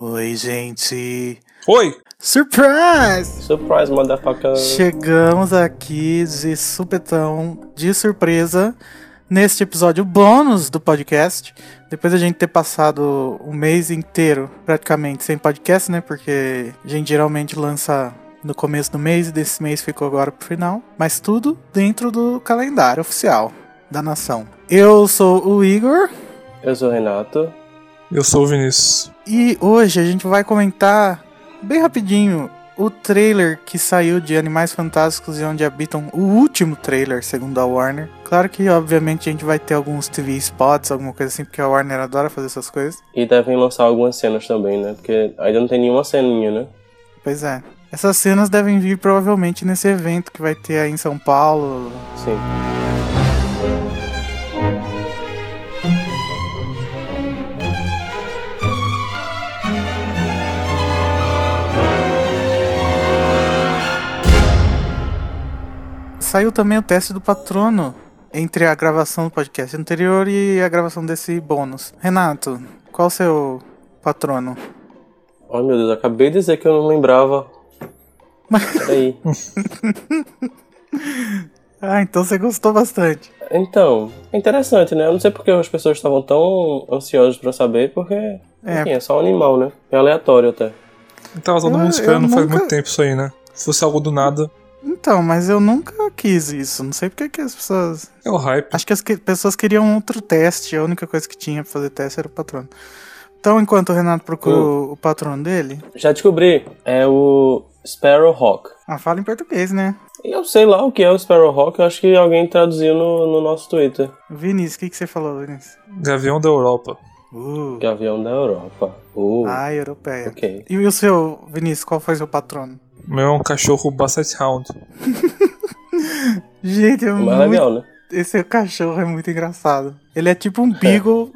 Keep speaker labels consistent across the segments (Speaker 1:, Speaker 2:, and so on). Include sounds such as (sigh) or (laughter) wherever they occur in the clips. Speaker 1: Oi, gente.
Speaker 2: Oi!
Speaker 1: Surprise!
Speaker 3: Surprise, motherfucker.
Speaker 1: Chegamos aqui de supetão, de surpresa, neste episódio bônus do podcast. Depois da gente ter passado um mês inteiro, praticamente, sem podcast, né? Porque a gente geralmente lança no começo do mês e desse mês ficou agora pro final. Mas tudo dentro do calendário oficial da nação. Eu sou o Igor
Speaker 3: Eu sou o Renato.
Speaker 2: Eu sou o Vinícius.
Speaker 1: e hoje a gente vai comentar bem rapidinho o trailer que saiu de Animais Fantásticos e Onde Habitam, o último trailer, segundo a Warner. Claro que, obviamente, a gente vai ter alguns TV spots, alguma coisa assim, porque a Warner adora fazer essas coisas.
Speaker 3: E devem lançar algumas cenas também, né? Porque ainda não tem nenhuma ceninha, né?
Speaker 1: Pois é. Essas cenas devem vir provavelmente nesse evento que vai ter aí em São Paulo.
Speaker 3: Sim.
Speaker 1: Saiu também o teste do patrono entre a gravação do podcast anterior e a gravação desse bônus. Renato, qual o seu patrono?
Speaker 3: Oh, meu Deus, acabei de dizer que eu não lembrava. Peraí.
Speaker 1: Ah, então você gostou bastante.
Speaker 3: Então, é interessante, né? Eu não sei porque as pessoas estavam tão ansiosas pra saber, porque...
Speaker 1: É.
Speaker 3: Enfim, é só um animal, né? É aleatório até.
Speaker 2: Tava todo
Speaker 1: Eu-
Speaker 2: mundo esperando
Speaker 1: eu
Speaker 2: faz
Speaker 1: nunca-
Speaker 2: muito tempo isso aí, né? Se fosse algo do nada,
Speaker 1: Então, mas eu nunca quis isso. Não sei porque que as pessoas.
Speaker 2: é o hype.
Speaker 1: Acho que as que- pessoas queriam outro teste. A única coisa que tinha pra fazer teste era o patrono. Então, enquanto o Renato procura o- o patrono dele.
Speaker 3: Já descobri. É o Sparrowhawk.
Speaker 1: Ah, fala em português, né?
Speaker 3: Eu sei lá o que é o Sparrowhawk, eu acho que alguém traduziu no, no nosso Twitter.
Speaker 1: Vinícius, o que, que você falou, Vinícius?
Speaker 2: Gavião da Europa.
Speaker 1: Uh.
Speaker 3: Gavião da Europa. Uh,
Speaker 1: Ah, europeia.
Speaker 3: ok.
Speaker 1: E o seu, Vinícius, qual foi seu patrono?
Speaker 2: O Meu é um cachorro Basset Hound.
Speaker 1: Gente, é
Speaker 3: Mas
Speaker 1: muito-
Speaker 3: legal, né?
Speaker 1: esse cachorro é muito engraçado. Ele é tipo um beagle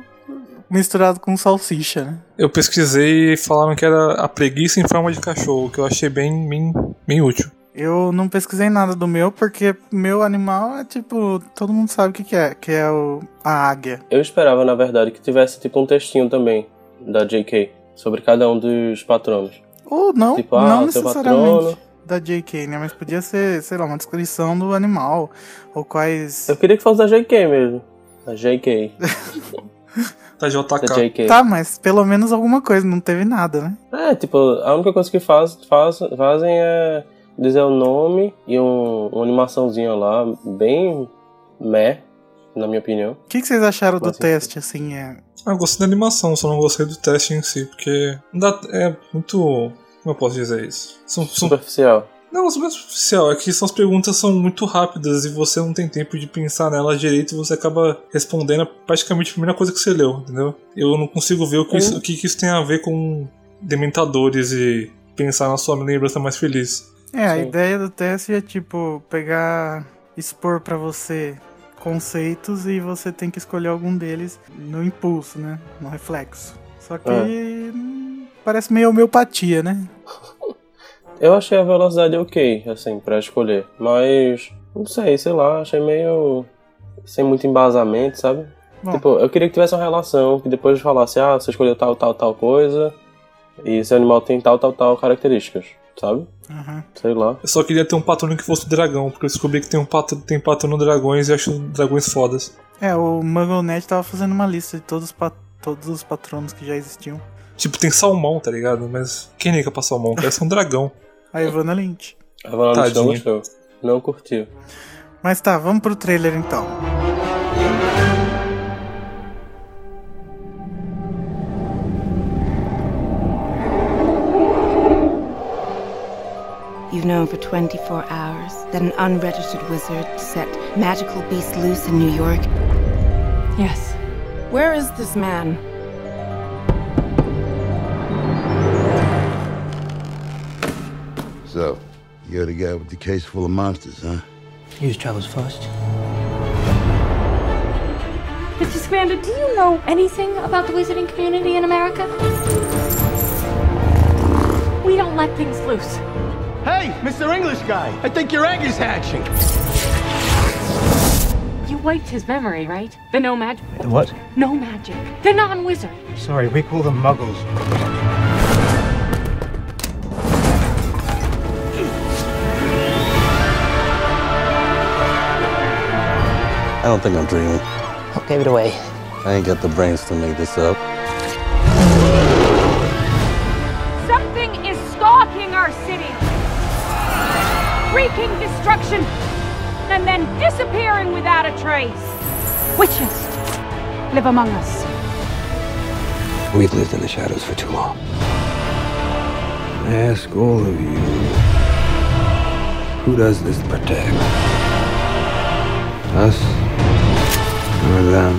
Speaker 1: misturado com salsicha, né?
Speaker 2: Eu pesquisei e falaram que era a preguiça em forma de cachorro, que eu achei bem, bem, bem útil.
Speaker 1: Eu não pesquisei nada do meu, porque meu animal é tipo, todo mundo sabe o que, que é, que é o, a águia.
Speaker 3: Eu esperava, na verdade, que tivesse tipo um textinho também da JK sobre cada um dos patronos.
Speaker 1: Ou não,
Speaker 3: Tipo, ah,
Speaker 1: não
Speaker 3: seu
Speaker 1: necessariamente
Speaker 3: patrono.
Speaker 1: da JK, né? Mas podia ser, sei lá, uma descrição do animal, ou quais...
Speaker 3: Eu queria que fosse da JK mesmo. Da JK.
Speaker 2: Tá de
Speaker 3: Da
Speaker 2: JK.
Speaker 3: JK.
Speaker 1: Tá, mas pelo menos alguma coisa, não teve nada, né?
Speaker 3: É, tipo, a única coisa que faz, faz, fazem é dizer o nome e um, uma animaçãozinha lá, bem meh, na minha opinião.
Speaker 1: O que, que vocês acharam do
Speaker 3: Mas, enfim.
Speaker 1: teste, assim, é...
Speaker 2: Ah, eu gostei da animação, só não gostei do teste em si, porque não dá, é muito. Como eu posso dizer isso? São, são
Speaker 3: Superficial.
Speaker 2: Não, mas mais superficial. É que suas perguntas são muito rápidas e você não tem tempo de pensar nelas direito e você acaba respondendo praticamente a primeira coisa que você leu, entendeu? Eu não consigo ver o que, isso, o que que isso tem a ver com dementadores e pensar na sua lembrança mais feliz.
Speaker 1: É, a
Speaker 3: Sim.
Speaker 1: ideia do teste é, tipo, pegar, expor pra você conceitos e você tem que escolher algum deles no impulso, né? No reflexo. Só que hum, parece meio homeopatia, né?
Speaker 3: Eu achei a velocidade ok, assim, pra escolher. Mas, não sei, sei lá, achei meio. sem muito embasamento, sabe?
Speaker 1: Bom.
Speaker 3: Tipo, eu queria que tivesse uma relação, que depois falasse, ah, você escolheu tal, tal, tal coisa, e esse animal tem tal, tal, tal características, sabe?
Speaker 1: Aham.
Speaker 3: Sei lá.
Speaker 2: Eu só queria ter um patrono que fosse o dragão, porque eu descobri que tem um patrono, tem patrono dragões e acho dragões fodas.
Speaker 1: É, o MuggleNet tava fazendo uma lista de todos os, pa- todos os patronos que já existiam.
Speaker 2: Tipo, tem salmão, tá ligado? Mas quem liga pra salmão? Quer ser um dragão.
Speaker 1: A Ivana Lynch.
Speaker 3: A Vanessa não
Speaker 2: Tadinho.
Speaker 3: gostou. Não curtiu.
Speaker 1: Mas tá, vamos pro trailer então.
Speaker 4: You've known for 24 hours that an unregistered wizard set magical beasts loose in New York. Yes. Where is this man?
Speaker 5: So, you're the guy with the case full of monsters, huh?
Speaker 6: News travels fast.
Speaker 7: Mr. Scamander, do you know anything about the wizarding community in America?
Speaker 6: let things loose.
Speaker 7: Hey, Mr. English guy, I think your egg is hatching.
Speaker 6: You wiped his memory, right? The no magic.
Speaker 7: The what?
Speaker 6: No magic. The non wizard.
Speaker 7: Sorry, we call them muggles.
Speaker 8: I don't think I'm dreaming.
Speaker 9: I'll give it away.
Speaker 8: I ain't got the brains to make this up.
Speaker 6: Something is stalking our city, wreaking destruction, and then disappearing without a trace. Witches live among us.
Speaker 10: We've lived in the shadows for too long. I ask all of you who does this protect? Us or them?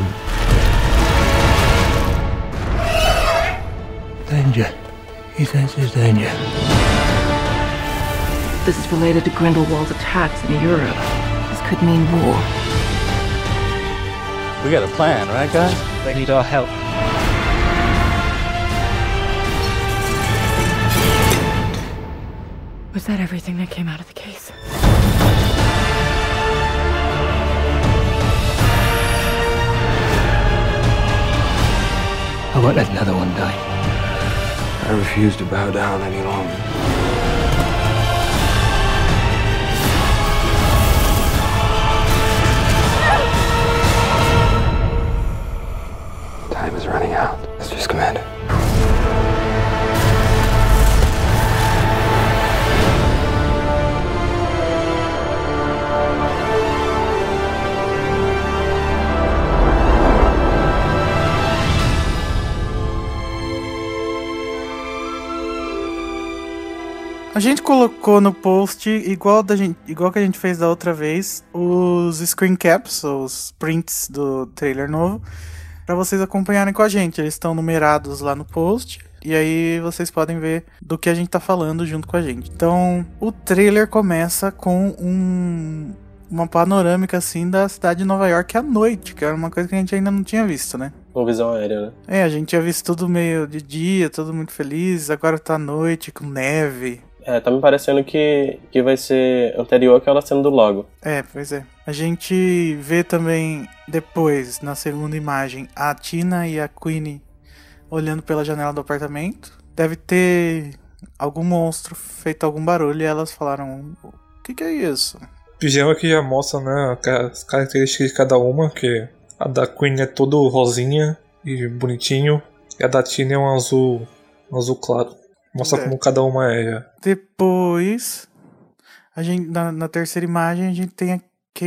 Speaker 7: Danger. He senses danger.
Speaker 11: This is related to Grindelwald's attacks in Europe. This could mean war.
Speaker 8: We got a plan, right, guys?
Speaker 9: They need our help.
Speaker 6: Was that everything that came out of the case?
Speaker 10: I won't let another one die. I refuse to bow down any longer. Time is running out. Let's just command it.
Speaker 1: A gente colocou no post, igual, da gente, igual que a gente fez da outra vez, os screen caps, os prints do trailer novo, pra vocês acompanharem com a gente. Eles estão numerados lá no post, e aí vocês podem ver do que a gente tá falando junto com a gente. Então, o trailer começa com um, uma panorâmica assim da cidade de Nova York à noite, que era uma coisa que a gente ainda não tinha visto, né?
Speaker 3: Uma visão aérea, né?
Speaker 1: É, a gente tinha visto tudo meio de dia, todo muito feliz, agora tá à noite, com neve.
Speaker 3: É, tá me parecendo que, que vai ser anterior àquela cena do lago.
Speaker 1: É, pois é. A gente vê também depois, na segunda imagem, a Tina e a Queenie olhando pela janela do apartamento. Deve ter algum monstro feito algum barulho e elas falaram: O que, que é isso?
Speaker 2: Pijama que já mostra, né, as características de cada uma, que a da Queen é todo rosinha e bonitinho, e a da Tina é um azul, um azul claro. Mostra
Speaker 1: É.
Speaker 2: como cada uma é. já.
Speaker 1: Depois, a gente, na, na terceira imagem, a gente tem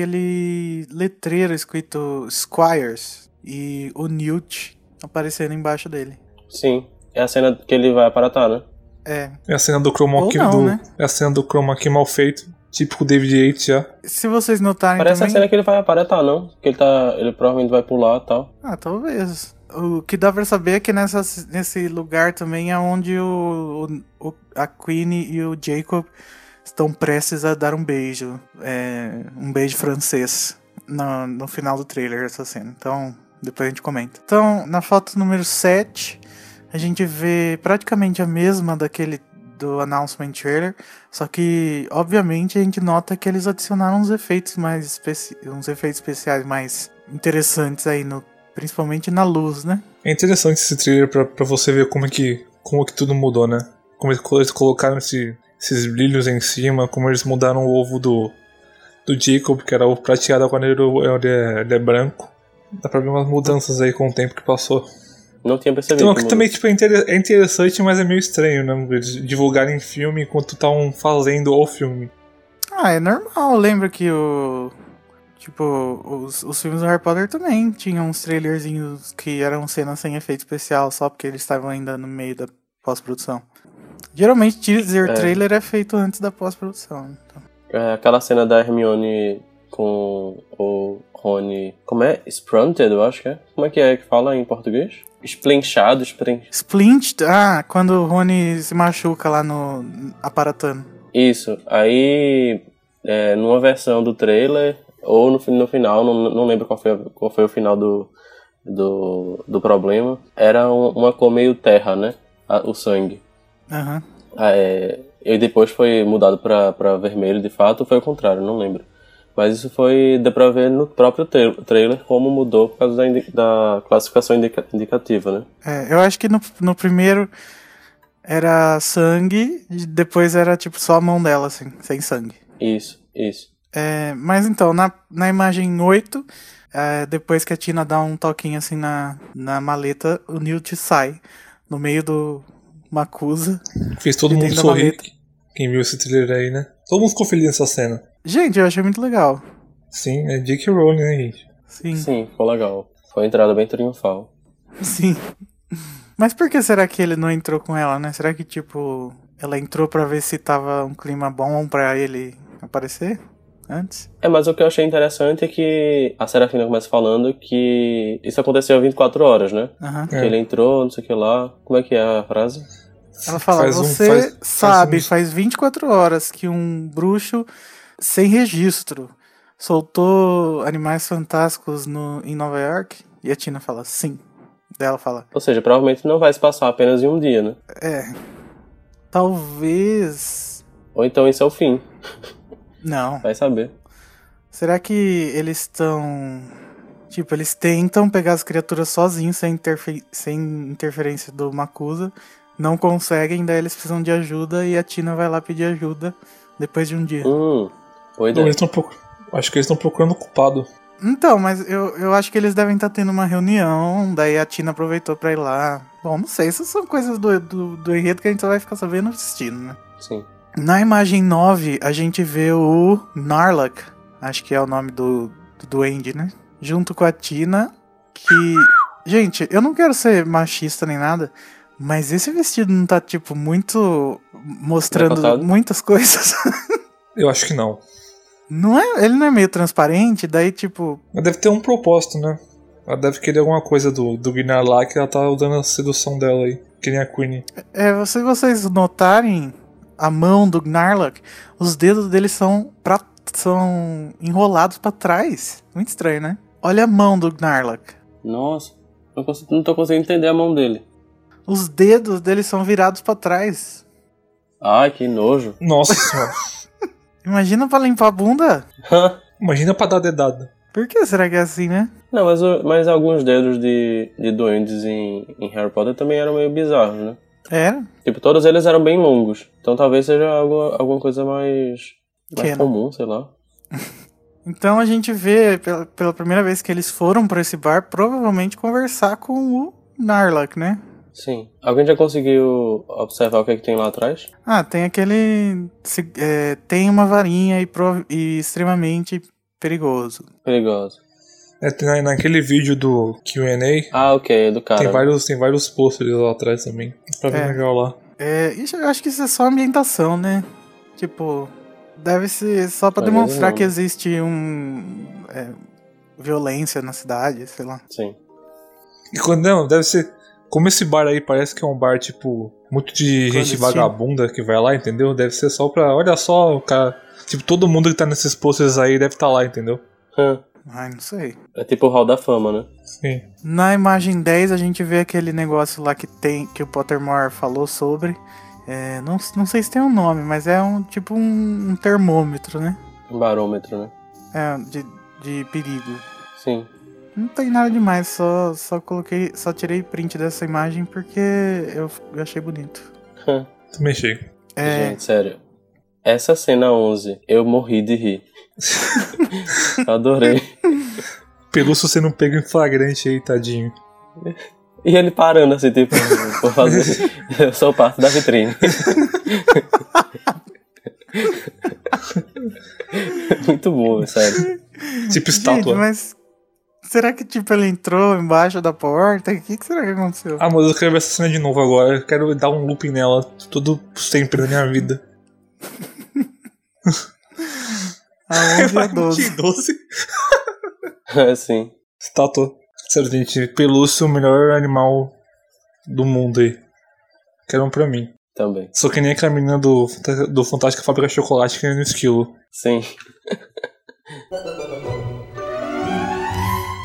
Speaker 1: aquele letreiro escrito Squires e o Newt aparecendo embaixo dele.
Speaker 3: Sim. É a cena que ele vai aparatar, né?
Speaker 1: É.
Speaker 2: É a cena do chroma
Speaker 1: Ou
Speaker 2: key
Speaker 1: não,
Speaker 2: do,
Speaker 1: né?
Speaker 2: é a cena do chroma key mal feito, típico David Yates já.
Speaker 1: Se vocês notarem
Speaker 3: Parece a
Speaker 1: também.
Speaker 3: cena que ele vai aparatar, não? Que ele tá. Ele provavelmente vai pular e tal.
Speaker 1: Ah, talvez. O que dá pra saber é que nessa, nesse lugar também é onde o, o- o- a Queen e o Jacob estão prestes a dar um beijo. É, um beijo francês no, no final do trailer essa cena. Então, depois a gente comenta. Então, na foto número 7, a gente vê praticamente a mesma daquele do announcement trailer, só que obviamente a gente nota que eles adicionaram uns efeitos mais especi uns efeitos especiais mais interessantes aí no principalmente na luz, né?
Speaker 2: É interessante esse trailer pra, pra você ver como é que como é que tudo mudou, né? Como eles colo- eles colocaram esse- esses brilhos em cima, como eles mudaram o ovo do, do Jacob, que era o prateado, agora ele, ele, é, ele é branco. Dá pra ver umas mudanças aí com o tempo que passou.
Speaker 3: Não tinha percebido.
Speaker 2: Então, aqui
Speaker 3: que
Speaker 2: também
Speaker 3: mudou.
Speaker 2: tipo, é inter- é interessante, mas é meio estranho, né? Eles divulgarem filme enquanto estão fazendo o filme.
Speaker 1: Ah, é normal. Lembra que o tipo os, os filmes do Harry Potter também tinham uns trailerzinhos que eram cenas sem efeito especial só porque eles estavam ainda no meio da pós-produção. Geralmente teaser
Speaker 3: É.
Speaker 1: trailer é feito antes da pós-produção. né? Então,
Speaker 3: É, aquela cena da Hermione com o Rony. Como é? Spranted, eu acho que é. Como é que é que fala em português? Esplenchado, esplen...
Speaker 1: Splint, ah, quando o Rony se machuca lá no aparatando.
Speaker 3: Isso. Aí, é, numa versão do trailer, ou no, fi- no final, não, não lembro qual foi, a- qual foi o final do, do, do problema, era um- uma cor meio terra, né? A- o sangue.
Speaker 1: Aham.
Speaker 3: É, e depois foi mudado pra, pra vermelho, de fato, foi o contrário, não lembro. Mas isso foi, dá pra ver no próprio tra trailer como mudou por causa da, da classificação indica indicativa, né?
Speaker 1: É, eu acho que no, no primeiro era sangue e depois era tipo só a mão dela, assim, sem sangue.
Speaker 3: Isso, isso.
Speaker 1: É, mas então, na, na imagem 8, é, depois que a Tina dá um toquinho assim na, na maleta, o Newt sai no meio do Macusa.
Speaker 2: Fez todo mundo sorrir. Quem viu esse trailer aí, né? Todo mundo ficou feliz nessa cena.
Speaker 1: Gente, eu achei muito legal.
Speaker 2: Sim, é Dick Rowling, né, gente?
Speaker 1: Sim.
Speaker 3: Sim, ficou legal. Foi uma entrada bem triunfal.
Speaker 1: Sim. Mas por que será que ele não entrou com ela, né? Será que, tipo, ela entrou pra ver se tava um clima bom pra ele aparecer antes?
Speaker 3: É, mas o que eu achei interessante é que a Serafina começa falando que isso aconteceu há 24 horas, né?
Speaker 1: Uhum.
Speaker 3: Que
Speaker 1: É.
Speaker 3: ele entrou, não sei o que lá. Como é que é a frase?
Speaker 1: Ela fala,
Speaker 3: Faz um-
Speaker 1: você
Speaker 3: faz- faz
Speaker 1: sabe,
Speaker 3: uns-
Speaker 1: faz 24 horas que um bruxo sem registro soltou animais fantásticos no, em Nova York? E a Tina fala, sim. Daí ela fala,
Speaker 3: Ou seja, provavelmente não vai se passar apenas em um dia, né?
Speaker 1: é, talvez...
Speaker 3: Ou então esse é o fim.
Speaker 1: Não.
Speaker 3: Vai saber.
Speaker 1: Será que eles estão... Tipo, eles tentam pegar as criaturas sozinhos, sem, interfe- sem interferência do Makusa. Não conseguem, daí eles precisam de ajuda e a Tina vai lá pedir ajuda depois de um dia.
Speaker 3: Hum, boa
Speaker 2: Não, eles tão proc- Acho que eles estão procurando o culpado.
Speaker 1: Então, mas eu, eu acho que eles devem estar tendo uma reunião, daí a Tina aproveitou pra ir lá. Bom, não sei, essas são coisas do, do, do enredo que a gente só vai ficar sabendo assistindo, né?
Speaker 3: Sim.
Speaker 1: Na imagem 9, a gente vê o Narlock, acho que é o nome do, do duende, né? Junto com a Tina, que... Gente, eu não quero ser machista nem nada, mas esse vestido não tá, tipo, muito... Mostrando
Speaker 2: Decotado?
Speaker 1: muitas coisas. (laughs)
Speaker 2: Eu acho que não.
Speaker 1: não é, ele não é meio transparente, daí, tipo...
Speaker 2: Mas deve ter um propósito, né? Ela deve querer alguma coisa do, do Gnar lá que ela tá usando a sedução dela aí. Que nem a Queen.
Speaker 1: É, se vocês notarem a mão do Gnarlock, os dedos dele são, pra, são enrolados pra trás. Muito estranho, né? Olha a mão do Gnarlock.
Speaker 3: Nossa, não, cons- não tô conseguindo entender a mão dele.
Speaker 1: Os dedos dele são virados pra trás.
Speaker 3: Ai, que nojo. (laughs)
Speaker 2: Nossa senhora.
Speaker 1: Imagina pra limpar a bunda?
Speaker 2: Imagina pra dar dedada.
Speaker 1: Por que será que é assim, né?
Speaker 3: Não, mas, o- mas alguns dedos de, de duendes em, em Harry Potter também eram meio bizarros, né?
Speaker 1: É?
Speaker 3: Tipo, todos eles eram bem longos. Então talvez seja alguma, alguma coisa mais, mais
Speaker 1: Pequena.
Speaker 3: comum, sei lá.
Speaker 1: Então a gente vê pela, pela primeira vez que eles foram pra esse bar, provavelmente conversar com o Gnarlock, né?
Speaker 3: Sim. Alguém já conseguiu observar o que, é que tem lá atrás?
Speaker 1: Ah, tem aquele. se- é, tem uma varinha e, prov- e extremamente perigoso.
Speaker 3: Perigoso.
Speaker 2: É, tem na- naquele vídeo do QA.
Speaker 3: Ah, ok, do cara.
Speaker 2: Tem vários, tem vários pôsteres lá atrás também. Tá bem
Speaker 1: É.
Speaker 2: legal lá.
Speaker 1: É, isso, eu acho que isso é só ambientação, né? Tipo, deve ser só pra
Speaker 3: Às
Speaker 1: demonstrar
Speaker 3: vezes não.
Speaker 1: que existe um. é, violência na cidade, sei lá.
Speaker 3: Sim.
Speaker 2: E quando não, deve ser. Como esse bar aí parece que é um bar, tipo, muito de gente
Speaker 1: Clandestino.
Speaker 2: vagabunda que vai lá, entendeu? Deve ser só pra. Olha só, o cara. Tipo, todo mundo que tá nesses posters aí deve tá lá, entendeu?
Speaker 3: Hã.
Speaker 1: Ai, não sei.
Speaker 3: É tipo o Hall da Fama, né?
Speaker 2: Sim.
Speaker 1: Na imagem 10 a gente vê aquele negócio lá que tem. que o Pottermore falou sobre. É, não, não sei se tem um nome, mas é um tipo um, um termômetro, né?
Speaker 3: Um barômetro, né?
Speaker 1: É, de, de perigo.
Speaker 3: Sim.
Speaker 1: Não tem nada demais, só, só coloquei. Só tirei print dessa imagem porque eu, eu achei bonito.
Speaker 3: Hã.
Speaker 2: Também chego.
Speaker 1: É.
Speaker 3: Gente, sério. Essa cena 11, eu morri
Speaker 1: (laughs)
Speaker 3: de rir. Adorei.
Speaker 2: Pelúcio você não pega em flagrante aí, tadinho.
Speaker 3: E ele parando assim, tipo, vou fazer. Eu sou parte da vitrine. (laughs) Muito bom, sério.
Speaker 2: Tipo
Speaker 1: Gente, mas. Será que tipo ele entrou embaixo da porta? O que, que será que aconteceu?
Speaker 2: Ah, mas eu quero ver essa cena de novo agora. Eu quero dar um looping nela todo sempre na minha vida.
Speaker 3: (laughs)
Speaker 1: A 11 e a 12.
Speaker 2: 12.
Speaker 3: É, sim.
Speaker 2: Estátua. Sério, gente, pelúcio é o melhor animal do mundo aí. Quero um pra mim.
Speaker 3: Também.
Speaker 2: Sou que nem aquela menina do, Fanta- do Fantástica Fábrica de Chocolate que é no esquilo.
Speaker 3: Sim.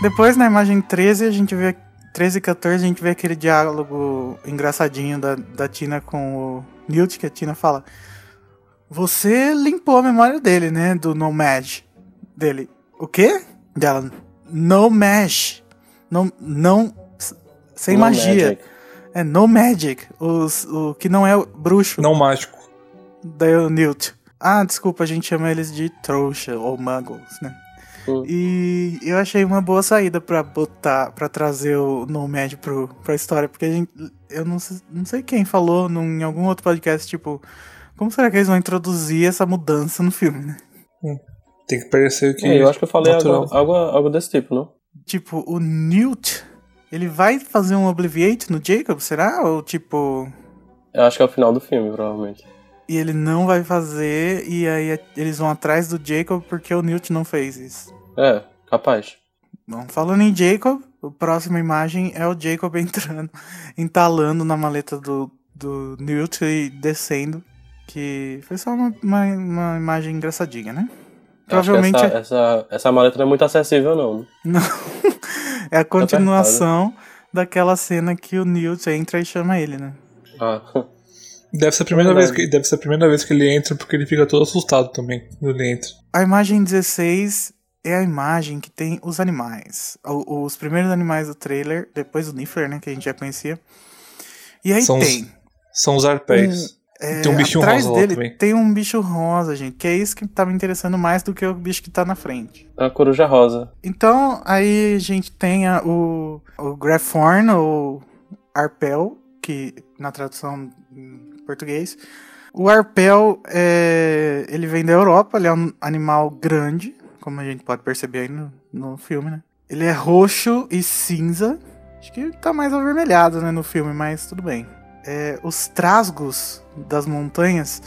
Speaker 1: Depois na imagem 13 a gente vê 13 e 14 a gente vê aquele diálogo engraçadinho da, da Tina com o Newt, que a Tina fala: Você limpou a memória dele, né? Do Nomad. Dele. O quê? Dela. No Mesh. Não. não sem
Speaker 3: No
Speaker 1: magia.
Speaker 3: magic.
Speaker 1: É No Magic. Os, o que não é o bruxo.
Speaker 2: Não mágico.
Speaker 1: Daí o Newt. Ah, desculpa, a gente chama eles de trouxa ou muggles, né? E eu achei uma boa saída pra botar, pra trazer o Nomad pro, pra história, porque a gente, eu não, se- não sei quem falou num, em algum outro podcast, tipo, como será que eles vão introduzir essa mudança no filme, né?
Speaker 2: Tem que parecer que.
Speaker 3: É, eu acho que eu falei
Speaker 2: natural.
Speaker 3: algo, algo, algo desse tipo, não?
Speaker 1: Tipo, o Newt, ele vai fazer um Obliviate no Jacob, será? Ou tipo,
Speaker 3: Eu acho que é o final do filme, provavelmente.
Speaker 1: e ele não vai fazer, e aí a- eles vão atrás do Jacob porque o Newt não fez isso.
Speaker 3: É, capaz.
Speaker 1: Bom, falando em Jacob, a próxima imagem é o Jacob (laughs) entrando, entalando na maleta do, do Newt e descendo. Que foi só uma, uma, uma imagem engraçadinha, né?
Speaker 3: Eu acho que
Speaker 1: Provavelmente é-
Speaker 3: essa, Tá essa, essa maleta não é muito acessível, não.
Speaker 1: (laughs) Não. é a continuação daquela cena que o Newt entra e chama ele, né?
Speaker 3: Ah.
Speaker 2: Deve ser, a primeira
Speaker 1: Verdade.
Speaker 2: vez que, deve ser a primeira vez que ele entra, porque ele fica todo assustado também quando ele entra.
Speaker 1: A imagem 16 é a imagem que tem os animais. O- os primeiros animais do trailer, depois o Niffler, né? Que a gente já conhecia. E aí
Speaker 2: são
Speaker 1: tem.
Speaker 2: Os, são os arpéis.
Speaker 1: É,
Speaker 2: tem um bichinho
Speaker 1: atrás
Speaker 2: rosa lá
Speaker 1: dele
Speaker 2: também.
Speaker 1: tem um bicho rosa, gente, que é isso que tá me interessando mais do que o bicho que tá na frente.
Speaker 3: É a coruja rosa.
Speaker 1: Então, aí a gente tem a- o, o Graphorn, ou Arpel, que na tradução em português. O Arpel, é, ele vem da Europa, ele é um animal grande, como a gente pode perceber aí no, no filme, né? Ele é roxo e cinza. Acho que tá mais avermelhado, né, no filme, mas tudo bem. É, os trasgos das montanhas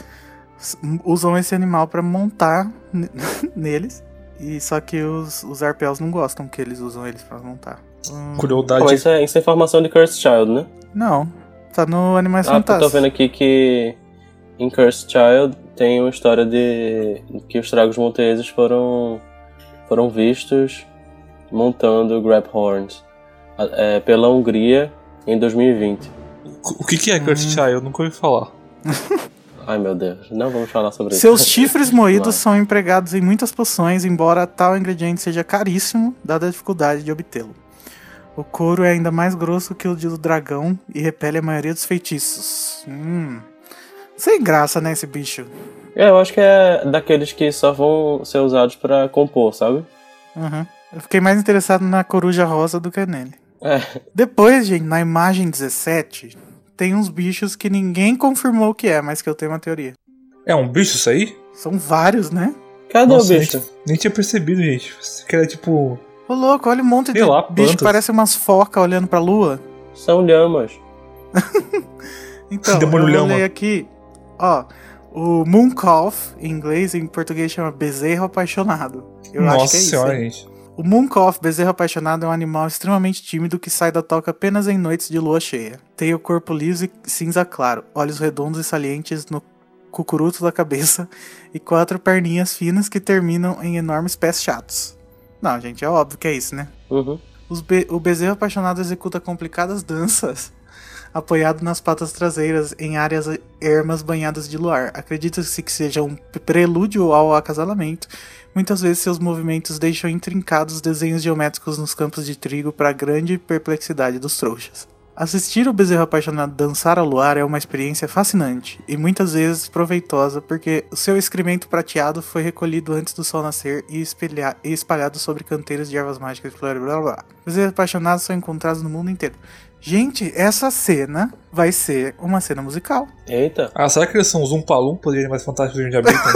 Speaker 1: s- usam esse animal pra montar ne- (laughs) neles. E só que os, os arpels não gostam que eles usam eles pra montar. Hum,
Speaker 2: Crueldade.
Speaker 3: Pô, isso, é, isso é informação de Cursed Child, né?
Speaker 1: Não. Tá no Animais
Speaker 3: ah, porque eu tô
Speaker 1: Fantásticos.
Speaker 3: vendo aqui que em Cursed Child tem uma história de que os tragos monteses foram, foram vistos montando Grab Horns a- é, pela Hungria em 2020.
Speaker 2: O que, que é
Speaker 1: Hum.
Speaker 2: Cursed Child? Eu nunca ouvi falar.
Speaker 3: Ai meu Deus, não vamos falar sobre
Speaker 1: Seus
Speaker 3: isso. (laughs)
Speaker 1: chifres moídos
Speaker 3: Claro.
Speaker 1: são empregados em muitas poções, embora tal ingrediente seja caríssimo, dada a dificuldade de obtê-lo. O couro é ainda mais grosso que o de do dragão e repele a maioria dos feitiços. Hum. Sem graça, né, esse bicho?
Speaker 3: É, eu acho que é daqueles que só vão ser usados pra compor, sabe?
Speaker 1: Uhum. Eu fiquei mais interessado na coruja rosa do que nele.
Speaker 3: É.
Speaker 1: Depois, gente, na imagem 17, tem uns bichos que ninguém confirmou o que é, mas que eu tenho uma teoria.
Speaker 2: É um bicho isso aí?
Speaker 1: São vários, né?
Speaker 3: Cadê
Speaker 2: Nossa,
Speaker 3: o bicho?
Speaker 2: Nem, nem tinha percebido, gente. Que era tipo.
Speaker 1: Ô louco, olha um monte
Speaker 2: Sei
Speaker 1: de
Speaker 2: lá,
Speaker 1: bicho que
Speaker 2: plantas.
Speaker 1: parece umas focas olhando pra lua.
Speaker 3: São lhamas.
Speaker 2: (laughs)
Speaker 1: Então,
Speaker 2: Demônio
Speaker 1: eu
Speaker 2: lhama.
Speaker 1: olhei aqui, ó, o Mooncalf, em inglês, em português chama bezerro apaixonado. Eu
Speaker 2: Nossa
Speaker 1: acho que é isso.
Speaker 2: senhora,
Speaker 1: hein?
Speaker 2: gente.
Speaker 1: O Mooncalf, bezerro apaixonado, é um animal extremamente tímido que sai da toca apenas em noites de lua cheia. Tem o corpo liso e cinza claro, olhos redondos e salientes no cucuruto da cabeça (laughs) e quatro perninhas finas que terminam em enormes pés chatos. Não, gente, é óbvio que é isso, né?
Speaker 3: Uhum.
Speaker 1: Os be- o bezerro apaixonado executa complicadas danças, apoiado nas patas traseiras em áreas ermas banhadas de luar. Acredita-se que seja um prelúdio ao acasalamento. Muitas vezes seus movimentos deixam intrincados desenhos geométricos nos campos de trigo para grande perplexidade dos trouxas. Assistir o bezerro apaixonado dançar ao luar é uma experiência fascinante e muitas vezes proveitosa porque o seu excremento prateado foi recolhido antes do sol nascer e, espelha- e espalhado sobre canteiros de ervas mágicas. Blá, blá, blá, blá. Bezerros apaixonados são encontrados no mundo inteiro. Gente, essa cena vai ser uma cena musical.
Speaker 3: Eita.
Speaker 2: Ah, será que eles são os Umpalumpas de animais fantásticos de
Speaker 1: (laughs)
Speaker 2: onde habitam?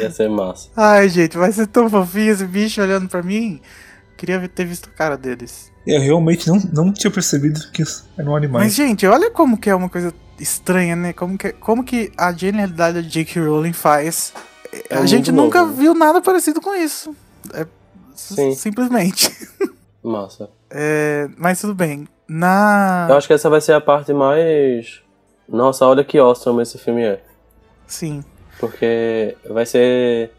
Speaker 3: Ia ser massa.
Speaker 1: Ai, gente, vai ser tão fofinho esse bicho olhando pra mim. Queria ter visto a cara deles.
Speaker 2: Eu realmente não, não tinha percebido que um eram
Speaker 1: Mas,
Speaker 2: animais.
Speaker 1: gente, olha como que é uma coisa estranha, né? Como que, como que a genialidade da J.K. Rowling faz.
Speaker 3: É
Speaker 1: a
Speaker 3: um
Speaker 1: gente
Speaker 3: mundo
Speaker 1: nunca
Speaker 3: novo, né?
Speaker 1: viu nada parecido com isso. É, s-
Speaker 3: Sim.
Speaker 1: Simplesmente. (laughs)
Speaker 3: Massa.
Speaker 1: É, mas tudo bem.
Speaker 3: Eu
Speaker 1: Na.
Speaker 3: acho que essa vai ser a parte mais. Nossa, olha que awesome esse filme é.
Speaker 1: Sim.
Speaker 3: Porque vai ser.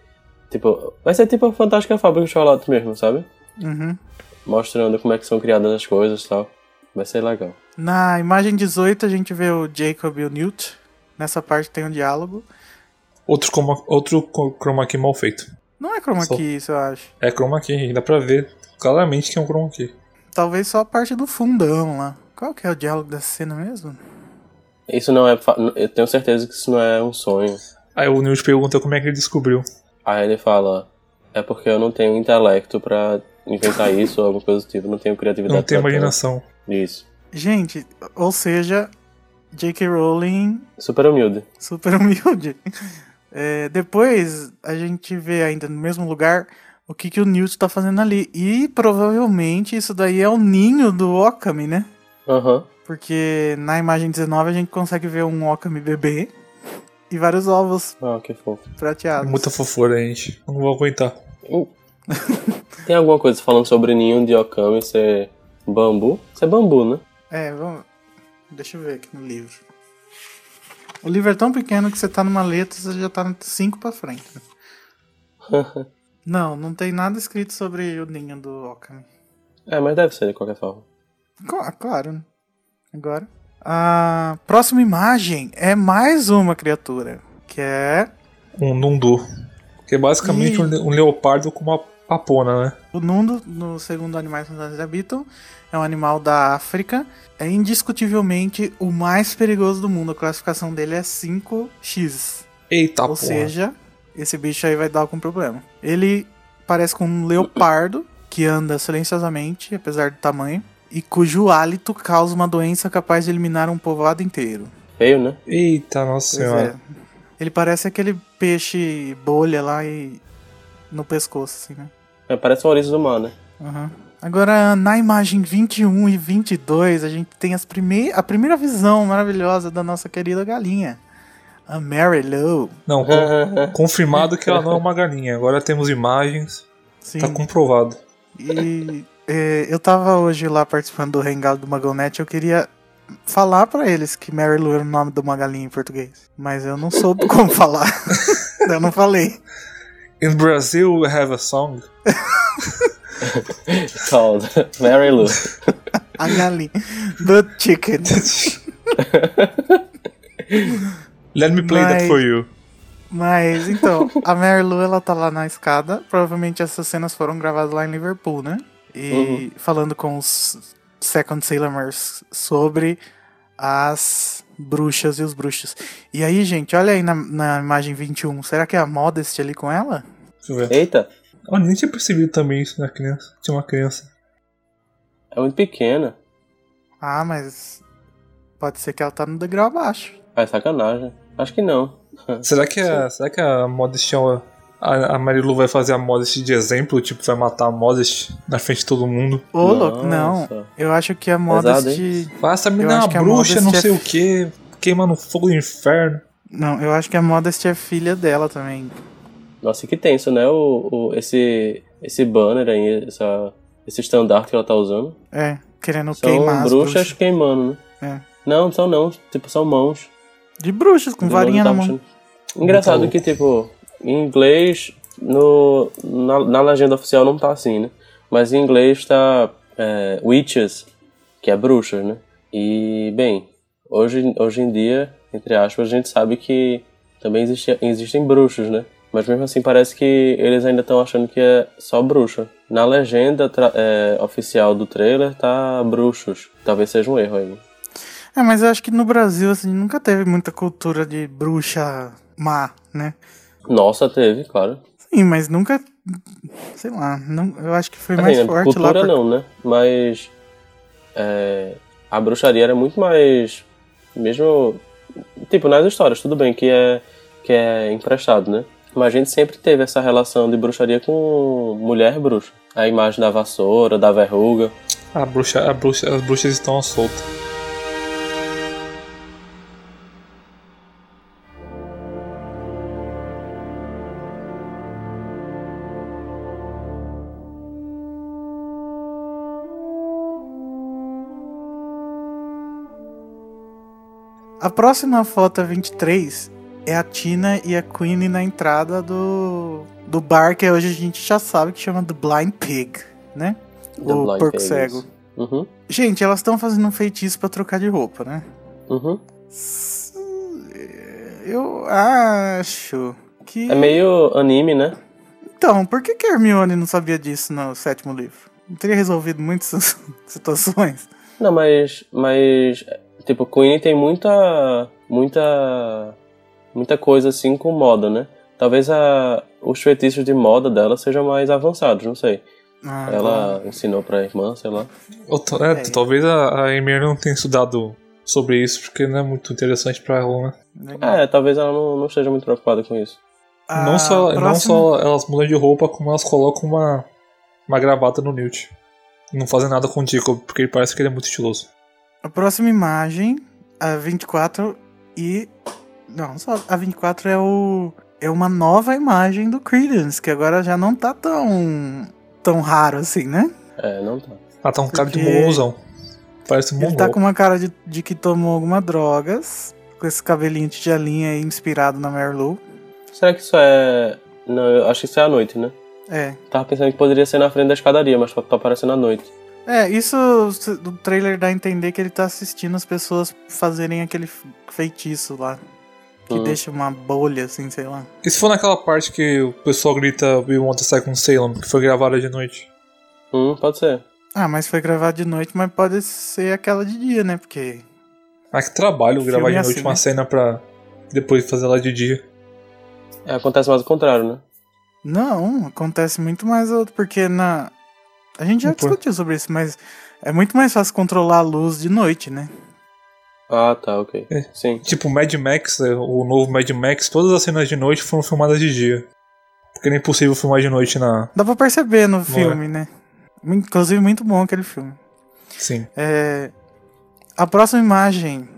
Speaker 3: Tipo. Vai ser tipo a Fantástica Fábrica de Chocolate mesmo, sabe?
Speaker 1: Uhum.
Speaker 3: mostrando como é que são criadas as coisas e tal. Vai ser legal.
Speaker 1: Na imagem 18 a gente vê o Jacob e o Newt. Nessa parte tem um diálogo.
Speaker 2: Outro, chroma, outro chroma key mal feito.
Speaker 1: Não é chroma
Speaker 2: Só-
Speaker 1: key, isso eu acho.
Speaker 2: É chroma key, dá pra ver claramente que é um chroma key.
Speaker 1: Talvez só a parte do fundão lá. Qual que é o diálogo dessa cena mesmo?
Speaker 3: Isso não é. fa- Eu tenho certeza que isso não é um sonho.
Speaker 2: Aí o Newt pergunta como é que ele descobriu.
Speaker 3: Aí ele fala: É porque eu não tenho intelecto pra inventar isso ou alguma coisa do tipo, não tenho criatividade.
Speaker 2: Não tem
Speaker 3: pra tanto."
Speaker 2: imaginação.
Speaker 3: Isso.
Speaker 1: Gente, ou seja, J.K. Rowling
Speaker 3: Super humilde.
Speaker 1: super (laughs) humilde. É, depois a gente vê ainda no mesmo lugar o que, que o Newt tá fazendo ali. E provavelmente isso daí é o ninho do Okami, né?
Speaker 3: Aham.
Speaker 1: Porque na imagem 19 a gente consegue ver um Okami bebê e vários ovos
Speaker 3: Ah, que fofo.
Speaker 1: prateados.
Speaker 2: É Muita fofura, gente. Não vou aguentar.
Speaker 1: Hum.
Speaker 3: (laughs) Tem alguma coisa falando sobre ninho de Okami ser bambu? Isso é bambu, né?
Speaker 1: É, vamos. Deixa eu ver aqui no livro. O livro é tão pequeno que você tá numa letra, você já tá 5 pra frente. não, não tem nada escrito sobre o ninho do Okami.
Speaker 3: É, mas deve ser de qualquer forma.
Speaker 1: Cla- Claro, né? Agora. A próxima imagem é mais uma criatura. Que é
Speaker 2: Um Nundu. Que é basicamente
Speaker 1: Ih.
Speaker 2: um, le- um leopardo com uma papona, né?
Speaker 1: o Nundo, no segundo Animais Fantásticos Habitam. É um animal da África. É indiscutivelmente o mais perigoso do mundo. A classificação dele é 5x.
Speaker 2: Eita
Speaker 1: Ou
Speaker 2: Tá porra.
Speaker 1: seja, esse bicho aí vai dar algum problema. Ele parece com um leopardo que anda silenciosamente, apesar do tamanho, e cujo hálito causa uma doença capaz de eliminar um povoado inteiro.
Speaker 3: Feio, né?
Speaker 2: Eita, nossa
Speaker 1: Pois
Speaker 2: senhora.
Speaker 1: é. Ele parece aquele peixe bolha lá e no pescoço, assim, né?
Speaker 3: É, parece um ouriço
Speaker 1: (laughs)
Speaker 3: do mar, né?
Speaker 1: Aham. Agora, na imagem 21 e 22, a gente tem as prime a primeira visão maravilhosa da nossa querida galinha, a Mary Lou.
Speaker 2: Não,
Speaker 1: É,
Speaker 2: con- confirmado
Speaker 1: (laughs)
Speaker 2: que ela não é uma galinha. Agora temos imagens.
Speaker 1: Sim.
Speaker 2: Tá comprovado.
Speaker 1: E é, eu tava hoje lá participando do Hangout do Magonet, eu queria falar pra eles que Mary Lou era o nome de uma galinha em português, mas eu não soube como (laughs) falar. eu não falei.
Speaker 2: In Brazil we have a song.
Speaker 3: Called Mary Lou.
Speaker 1: A galinha. The chicken.
Speaker 2: Let me play that
Speaker 1: Mas-
Speaker 2: for you.
Speaker 3: (laughs)
Speaker 1: Mas então, a Mary Lou ela tá lá na escada. Provavelmente essas cenas foram gravadas lá em Liverpool, né? E
Speaker 3: Uhum.
Speaker 1: falando com os Second Sailors sobre as bruxas e os bruxos. E aí, gente, olha aí na, na imagem 21. Será que é a Modest ali com ela?
Speaker 2: Deixa eu ver.
Speaker 3: Eita,
Speaker 2: Eu nem tinha percebido também isso na criança. Tinha uma criança.
Speaker 3: é muito pequena.
Speaker 1: Ah, mas pode ser que ela tá no degrau abaixo.
Speaker 3: Ah, é sacanagem. Acho que não.
Speaker 2: Será que a, será que a Modest é uma- a, a Marilu vai fazer a Modest de exemplo? Tipo, vai matar a Modest na frente de todo mundo?
Speaker 1: Ô, louco, não.
Speaker 3: Nossa.
Speaker 1: Eu acho que a
Speaker 3: Pesado,
Speaker 1: Modest.
Speaker 2: Basta me
Speaker 1: Eu
Speaker 2: dar
Speaker 1: acho
Speaker 2: uma
Speaker 1: que a
Speaker 2: bruxa, não
Speaker 1: Modest é
Speaker 2: sei o que, queima no fogo do inferno.
Speaker 1: Não, eu acho que a Modest é filha dela também.
Speaker 3: Nossa, que tenso, né? O, o- esse, esse banner aí, essa, esse estandarte que ela tá usando.
Speaker 1: É, querendo
Speaker 3: São
Speaker 1: queimar as
Speaker 3: bruxas
Speaker 1: bruxas.
Speaker 3: queimando, né?
Speaker 1: É.
Speaker 3: Não, são não. Tipo, são mãos.
Speaker 1: De bruxas, com
Speaker 3: O
Speaker 1: varinha na mão.
Speaker 3: demônio tá puxando. Engraçado
Speaker 2: Muito
Speaker 3: que, tipo, em inglês, no, na, na legenda oficial não tá assim, né? Mas em inglês tá é, witches, que é bruxas, né? E, bem, hoje, hoje em dia, entre aspas, a gente sabe que também existe, existem bruxos, né? Mas mesmo assim parece que eles ainda estão achando que é só bruxa. Na legenda tra- é, oficial do trailer tá bruxos. Talvez seja um erro aí.
Speaker 1: É, mas eu acho que no Brasil, assim, nunca teve muita cultura de bruxa má, né?
Speaker 3: Nossa, teve, claro.
Speaker 1: Sim, mas nunca. Sei lá, não, eu acho que foi mais
Speaker 3: Assim, né,
Speaker 1: forte
Speaker 3: cultura
Speaker 1: lá. por-
Speaker 3: não, né? Mas é, a bruxaria era muito mais mesmo tipo nas histórias, tudo bem que é que é emprestado, né? Mas a gente sempre teve essa relação de bruxaria com mulher bruxa. A imagem da vassoura, da verruga.
Speaker 2: A bruxa, a bruxa, as bruxas estão à solta.
Speaker 1: A próxima foto, a 23, é a Tina e a Queen na entrada do, do bar que hoje a gente já sabe que chama The Blind Pig, né? o porco cego.
Speaker 3: Uhum.
Speaker 1: Gente, elas estão fazendo um feitiço pra trocar de roupa, né?
Speaker 3: Uhum.
Speaker 1: Eu acho que.
Speaker 3: É meio anime, né?
Speaker 1: Então, por que, que Hermione não sabia disso no sétimo livro? Não teria resolvido muitas (laughs) situações.
Speaker 3: Não, mas. Mas. Tipo, Queen tem muita. Muita. Muita coisa assim com moda, né? Talvez a, os feitiços de moda dela sejam mais avançados, não sei.
Speaker 1: Ah,
Speaker 3: Ela ensinou pra irmã, sei lá.
Speaker 2: Ou to- é, talvez a, a Hermione não tenha estudado sobre isso, porque não é muito interessante pra ela, né?
Speaker 3: É, talvez ela não, não esteja muito preocupada com isso.
Speaker 2: É, não, só,
Speaker 1: próxima-
Speaker 2: não só elas mudam de roupa, como elas colocam uma, uma gravata no Newt. Não fazem nada com o Jacob, porque ele parece que ele é muito estiloso.
Speaker 1: A próxima imagem, a 24 e. Não, só a 24 é o. É uma nova imagem do Credence, que agora já não tá tão. tão raro assim, né?
Speaker 3: É, não tá.
Speaker 2: Ah, tá um cara de
Speaker 1: Porque-
Speaker 2: mongolzão. Parece um
Speaker 1: Ele
Speaker 2: mongol.
Speaker 1: tá com uma cara de, de que tomou alguma drogas, com esse cabelinho de tigelinha aí inspirado na Mary Lou.
Speaker 3: Será que isso é. Não, eu acho que isso é à noite, né?
Speaker 1: É.
Speaker 3: Tava pensando que poderia ser na frente da escadaria, mas tá, tá aparecendo à noite.
Speaker 1: É, isso se- do trailer dá a entender que ele tá assistindo as pessoas fazerem aquele f- feitiço lá. Que
Speaker 2: Hum.
Speaker 1: deixa uma bolha, assim, sei lá.
Speaker 2: E se for naquela parte que o pessoal grita We want to com Salem, que foi gravada de noite?
Speaker 3: Hum, pode ser.
Speaker 1: Ah, mas foi gravado de noite, mas pode ser aquela de dia, né? Porque
Speaker 2: Ah, que trabalho
Speaker 1: Filme
Speaker 2: gravar de
Speaker 1: é
Speaker 2: noite
Speaker 1: assim,
Speaker 2: uma
Speaker 1: né?
Speaker 2: cena pra depois fazer lá de dia.
Speaker 3: É, acontece mais o contrário, né?
Speaker 1: Não, acontece muito mais outro, porque na. A gente já
Speaker 3: Opa.
Speaker 1: discutiu sobre isso, mas é muito mais fácil controlar a luz de noite, né?
Speaker 3: Ah, tá, ok. Sim.
Speaker 2: Tipo, Mad Max, é, o novo Mad Max, todas as cenas de noite foram filmadas de dia. Porque era impossível filmar de noite na.
Speaker 1: Dá pra perceber no
Speaker 2: é.
Speaker 1: filme, né? Inclusive, muito bom aquele filme.
Speaker 2: Sim.
Speaker 1: É, A próxima imagem,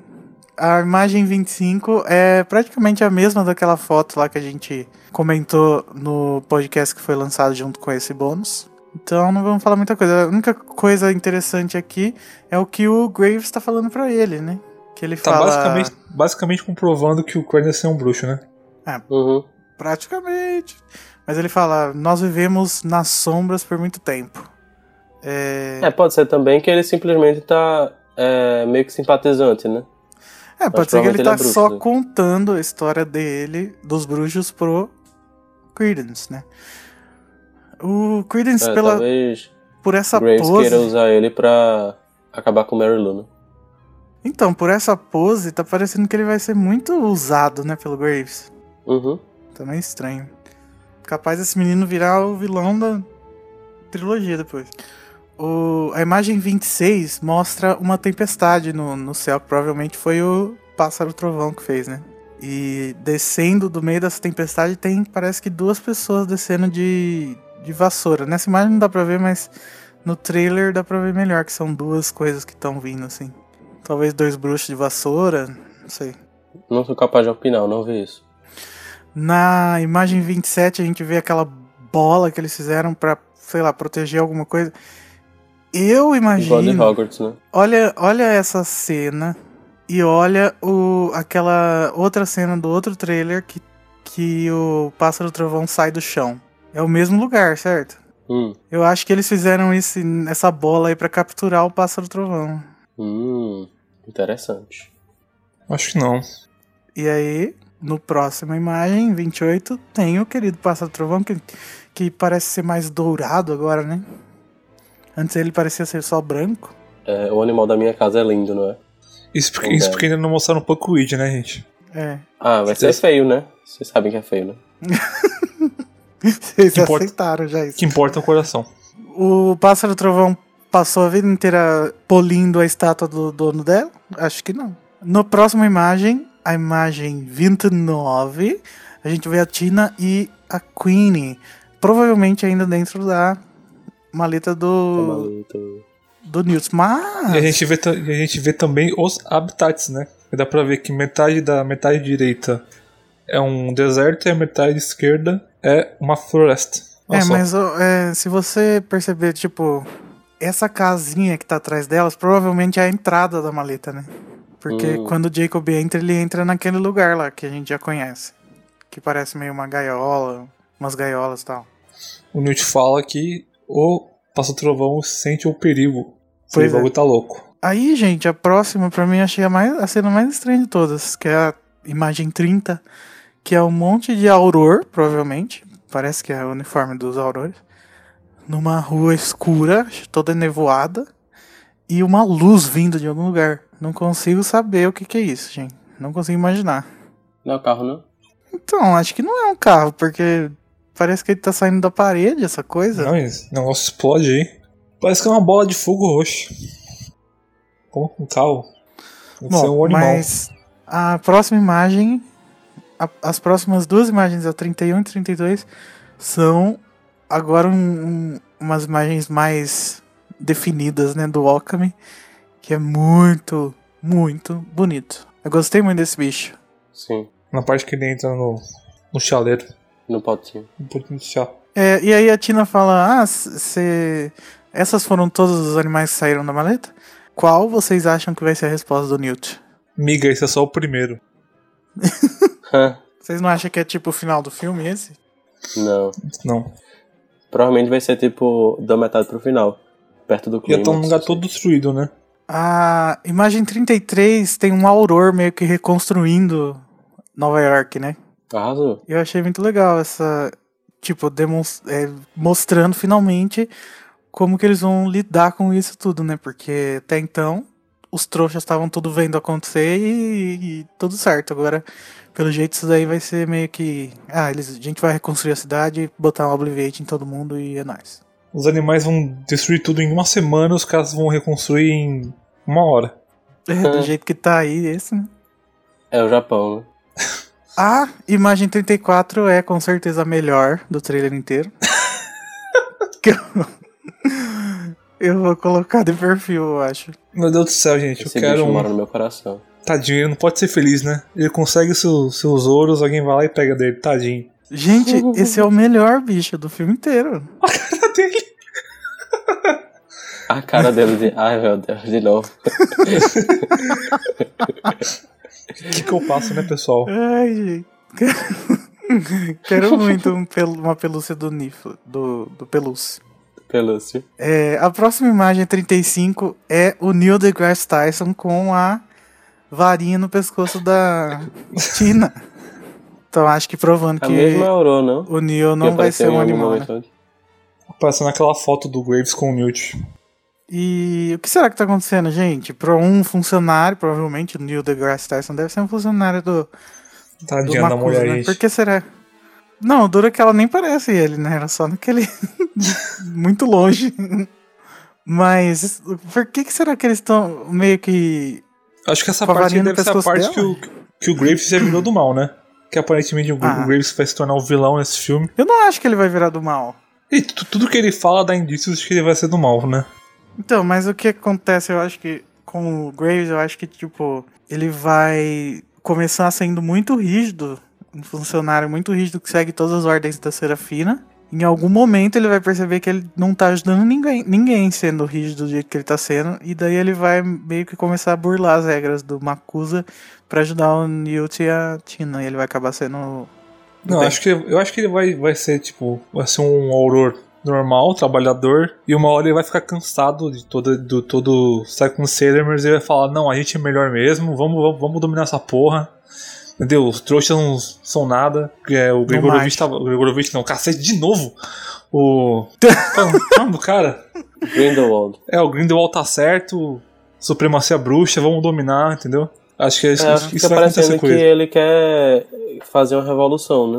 Speaker 1: a imagem 25, é praticamente a mesma daquela foto lá que a gente comentou no podcast que foi lançado junto com esse bônus. Então não vamos falar muita coisa. A única coisa interessante aqui é o que o Graves está falando pra ele, né? Que ele
Speaker 2: Tá
Speaker 1: fala.
Speaker 2: basicamente, basicamente comprovando que o Credence é um bruxo, né?
Speaker 1: Ah,
Speaker 3: Uhum.
Speaker 1: praticamente. Mas ele fala: Nós vivemos nas sombras por muito tempo. É,
Speaker 3: É, pode ser também que ele simplesmente tá é, meio que simpatizante, né?
Speaker 1: É,
Speaker 3: Mas
Speaker 1: pode ser que
Speaker 3: provavelmente
Speaker 1: ele tá
Speaker 3: é bruxo,
Speaker 1: só
Speaker 3: né?
Speaker 1: contando a história dele, dos bruxos, pro Credence, né? O Credence,
Speaker 3: É,
Speaker 1: pela,
Speaker 3: Talvez
Speaker 1: por essa
Speaker 3: Graves
Speaker 1: pose.
Speaker 3: queira usar ele pra acabar com o Mary Lou, né?
Speaker 1: Então, por essa pose, tá parecendo que ele vai ser muito usado, né, pelo Graves.
Speaker 3: Uhum.
Speaker 1: Também Tá estranho. Capaz desse menino virar o vilão da trilogia depois. O, a imagem 26 mostra uma tempestade no, no céu, que provavelmente foi o pássaro trovão que fez, né? E descendo do meio dessa tempestade tem, parece que duas pessoas descendo de, de vassoura. Nessa imagem não dá pra ver, mas no trailer dá pra ver melhor, que são duas coisas que estão vindo, assim. Talvez dois bruxos de vassoura, não sei.
Speaker 3: Não sou capaz de opinar, eu não vi isso.
Speaker 1: Na imagem 27 a gente vê aquela bola que eles fizeram pra, sei lá, proteger alguma coisa. Eu
Speaker 3: Igual de
Speaker 1: imagino.
Speaker 3: Hogwarts, né?
Speaker 1: Olha, olha essa cena e olha o aquela outra cena do outro trailer que que o pássaro trovão sai do chão. É o mesmo lugar, certo?
Speaker 3: Hum.
Speaker 1: Eu acho que eles fizeram esse, essa bola aí pra capturar o pássaro trovão.
Speaker 3: Hum. Interessante.
Speaker 2: Acho que não.
Speaker 1: E aí, no próximo imagem, 28, tem o querido Pássaro Trovão, que, que parece ser mais dourado agora, né? Antes ele parecia ser só branco.
Speaker 3: É, o animal da minha casa é lindo, não é?
Speaker 2: Isso porque,
Speaker 3: Não
Speaker 2: isso
Speaker 3: deve.
Speaker 2: porque ainda não mostraram um pouco o Weed, né, gente?
Speaker 1: É. (laughs)
Speaker 3: Ah, vai ser
Speaker 2: Vocês-
Speaker 3: feio, né? Vocês sabem que é feio, né?
Speaker 1: Vocês
Speaker 2: Que importa-
Speaker 1: aceitaram já isso.
Speaker 2: Que importa é o coração.
Speaker 1: O Pássaro Trovão passou a vida inteira polindo a estátua do dono dela? Acho que não. No próximo imagem, a imagem 29, a gente vê a Tina e a Queenie. Provavelmente ainda dentro da maleta
Speaker 3: Tá
Speaker 1: do,
Speaker 3: maluco.
Speaker 1: do Newt. Mas.
Speaker 2: E a gente, vê, ta- e a gente vê também os habitats, né? E dá pra ver que metade da metade direita é um deserto e a metade esquerda é uma floresta. Olha
Speaker 1: É,
Speaker 2: só.
Speaker 1: mas ó, é, se você perceber, tipo, essa casinha que tá atrás delas provavelmente é a entrada da maleta, né? Porque
Speaker 3: Hum.
Speaker 1: quando o Jacob entra, ele entra naquele lugar lá que a gente já conhece. Que parece meio uma gaiola, umas gaiolas e tal.
Speaker 2: O Newt fala que o passa o trovão e sente o perigo. Pois o bagulho é. tá louco.
Speaker 1: Aí, gente, a próxima pra mim achei a, mais, a cena mais estranha de todas, que é a imagem 30, que é um monte de auror, provavelmente. Parece que é o uniforme dos aurores. Numa rua escura, toda nevoada, e uma luz vindo de algum lugar. Não consigo saber o que, que é isso, gente. Não consigo imaginar.
Speaker 3: Não é o carro, não?
Speaker 1: Então, acho que não é um carro, porque parece que ele tá saindo da parede, essa coisa.
Speaker 2: Não, esse negócio explode aí. Parece que é uma bola de fogo roxo. Como com carro? Deve
Speaker 1: Bom, ser um animal. Mas a próxima imagem. A, as próximas duas imagens, a 31 e 32, são agora um, um, umas imagens mais definidas né, do Okami, que é muito, muito bonito. Eu gostei muito desse bicho.
Speaker 3: Sim.
Speaker 2: Na parte que ele entra no, no chaleiro.
Speaker 3: No potinho.
Speaker 2: Um pouquinho de chá.
Speaker 1: É, e aí a Tina fala: Ah, você. Essas foram todos os animais que saíram da maleta? Qual vocês acham que vai ser a resposta do Newt?
Speaker 2: Miga, esse é só o primeiro.
Speaker 1: vocês não acham que é tipo o final do filme esse?
Speaker 3: Não.
Speaker 2: Não.
Speaker 3: Provavelmente vai ser tipo da metade pro final. Perto do clima.
Speaker 2: Já tá
Speaker 1: um
Speaker 2: num lugar todo destruído, né?
Speaker 1: A imagem 33 tem um auror meio que reconstruindo Nova York, né?
Speaker 3: assim. Arrasou.
Speaker 1: Eu achei muito legal essa. Tipo, é, mostrando finalmente como que eles vão lidar com isso tudo, né? Porque até então os trouxas estavam tudo vendo acontecer e, e, tudo certo. Agora, pelo jeito, isso daí vai ser meio que. Ah, eles, a gente vai reconstruir a cidade, botar um Obliviate em todo mundo e é nóis.
Speaker 2: Os animais vão destruir tudo em uma semana, os caras vão reconstruir em uma hora.
Speaker 1: É, do jeito que tá aí, esse, né?
Speaker 3: É o Japão, né?
Speaker 1: A imagem 34 é com certeza a melhor do trailer
Speaker 3: (laughs)
Speaker 1: inteiro. eu... eu vou colocar de perfil, eu acho.
Speaker 2: Meu Deus do céu, gente,
Speaker 3: Esse
Speaker 2: eu quero.
Speaker 3: Um... mora no meu coração.
Speaker 2: Tadinho, ele não pode ser feliz, né? Ele consegue seu, seus ouros, alguém vai lá e pega dele, tadinho. (laughs)
Speaker 1: Gente, esse é o melhor bicho do filme inteiro.
Speaker 2: A cara dele.
Speaker 3: a cara dele de. Ai meu Deus, de novo.
Speaker 2: O que, que, eu passo, né, pessoal?
Speaker 1: Ai, gente. (laughs) Quero, Quero muito um pel... uma pelúcia do Nifla, do, do Pelúcio.
Speaker 3: Pelúcio.
Speaker 1: É, a próxima imagem, 35, é o Neil deGrasse Tyson com a varinha no pescoço da
Speaker 3: (laughs)
Speaker 1: Tina. Então acho que provando
Speaker 3: É a
Speaker 1: que
Speaker 3: mesma aurora, não?
Speaker 1: o Neil não vai ser um animal. Né?
Speaker 2: Aparecendo aquela foto do Graves com o Newt.
Speaker 1: E o que será que tá acontecendo, gente? Para um funcionário, provavelmente o Neil deGrasse Tyson deve ser um funcionário do.
Speaker 2: Tadinha do Macuso, da mulher, né?
Speaker 1: Gente. Por que será? Não, dura que ela nem parece ele, né? Era só naquele. (laughs) muito longe. Mas por que, que será que eles estão meio que.
Speaker 2: Acho que essa parte deve ser a parte dela? que o, que o Graves se virou do mal, né? Que aparentemente o, ah. o Graves vai se tornar o um vilão nesse filme.
Speaker 1: Eu não acho que ele vai virar do mal.
Speaker 2: E tudo que ele fala dá indícios de que ele vai ser do mal, né?
Speaker 1: Então, mas o que acontece, eu acho que com o Graves, eu acho que, tipo, ele vai começar sendo muito rígido, um funcionário muito rígido que segue todas as ordens da Serafina. Em algum momento ele vai perceber que ele não tá ajudando ninguém, ninguém sendo rígido do jeito que ele tá sendo, e daí ele vai meio que começar a burlar as regras do Makusa para ajudar o Newt e a Tina, e ele vai acabar sendo.
Speaker 2: Não, acho que, eu acho que ele vai, vai ser, tipo, vai ser um auror normal, trabalhador, e uma hora ele vai ficar cansado de todo, do todo Second Sailors e vai falar: não, a gente é melhor mesmo, vamos, vamos, vamos dominar essa porra. Entendeu? Os trouxas não são nada. É, o Gregorovich tava. O Gregorovich não, cacete, de novo!
Speaker 3: (laughs)
Speaker 2: O. Qual do cara?
Speaker 3: Grindelwald.
Speaker 2: É, o Grindelwald tá certo, supremacia bruxa, vamos dominar, entendeu? Acho que é, isso, é, isso
Speaker 3: fica
Speaker 2: vai acontecer
Speaker 3: com ele. que ele quer fazer uma revolução,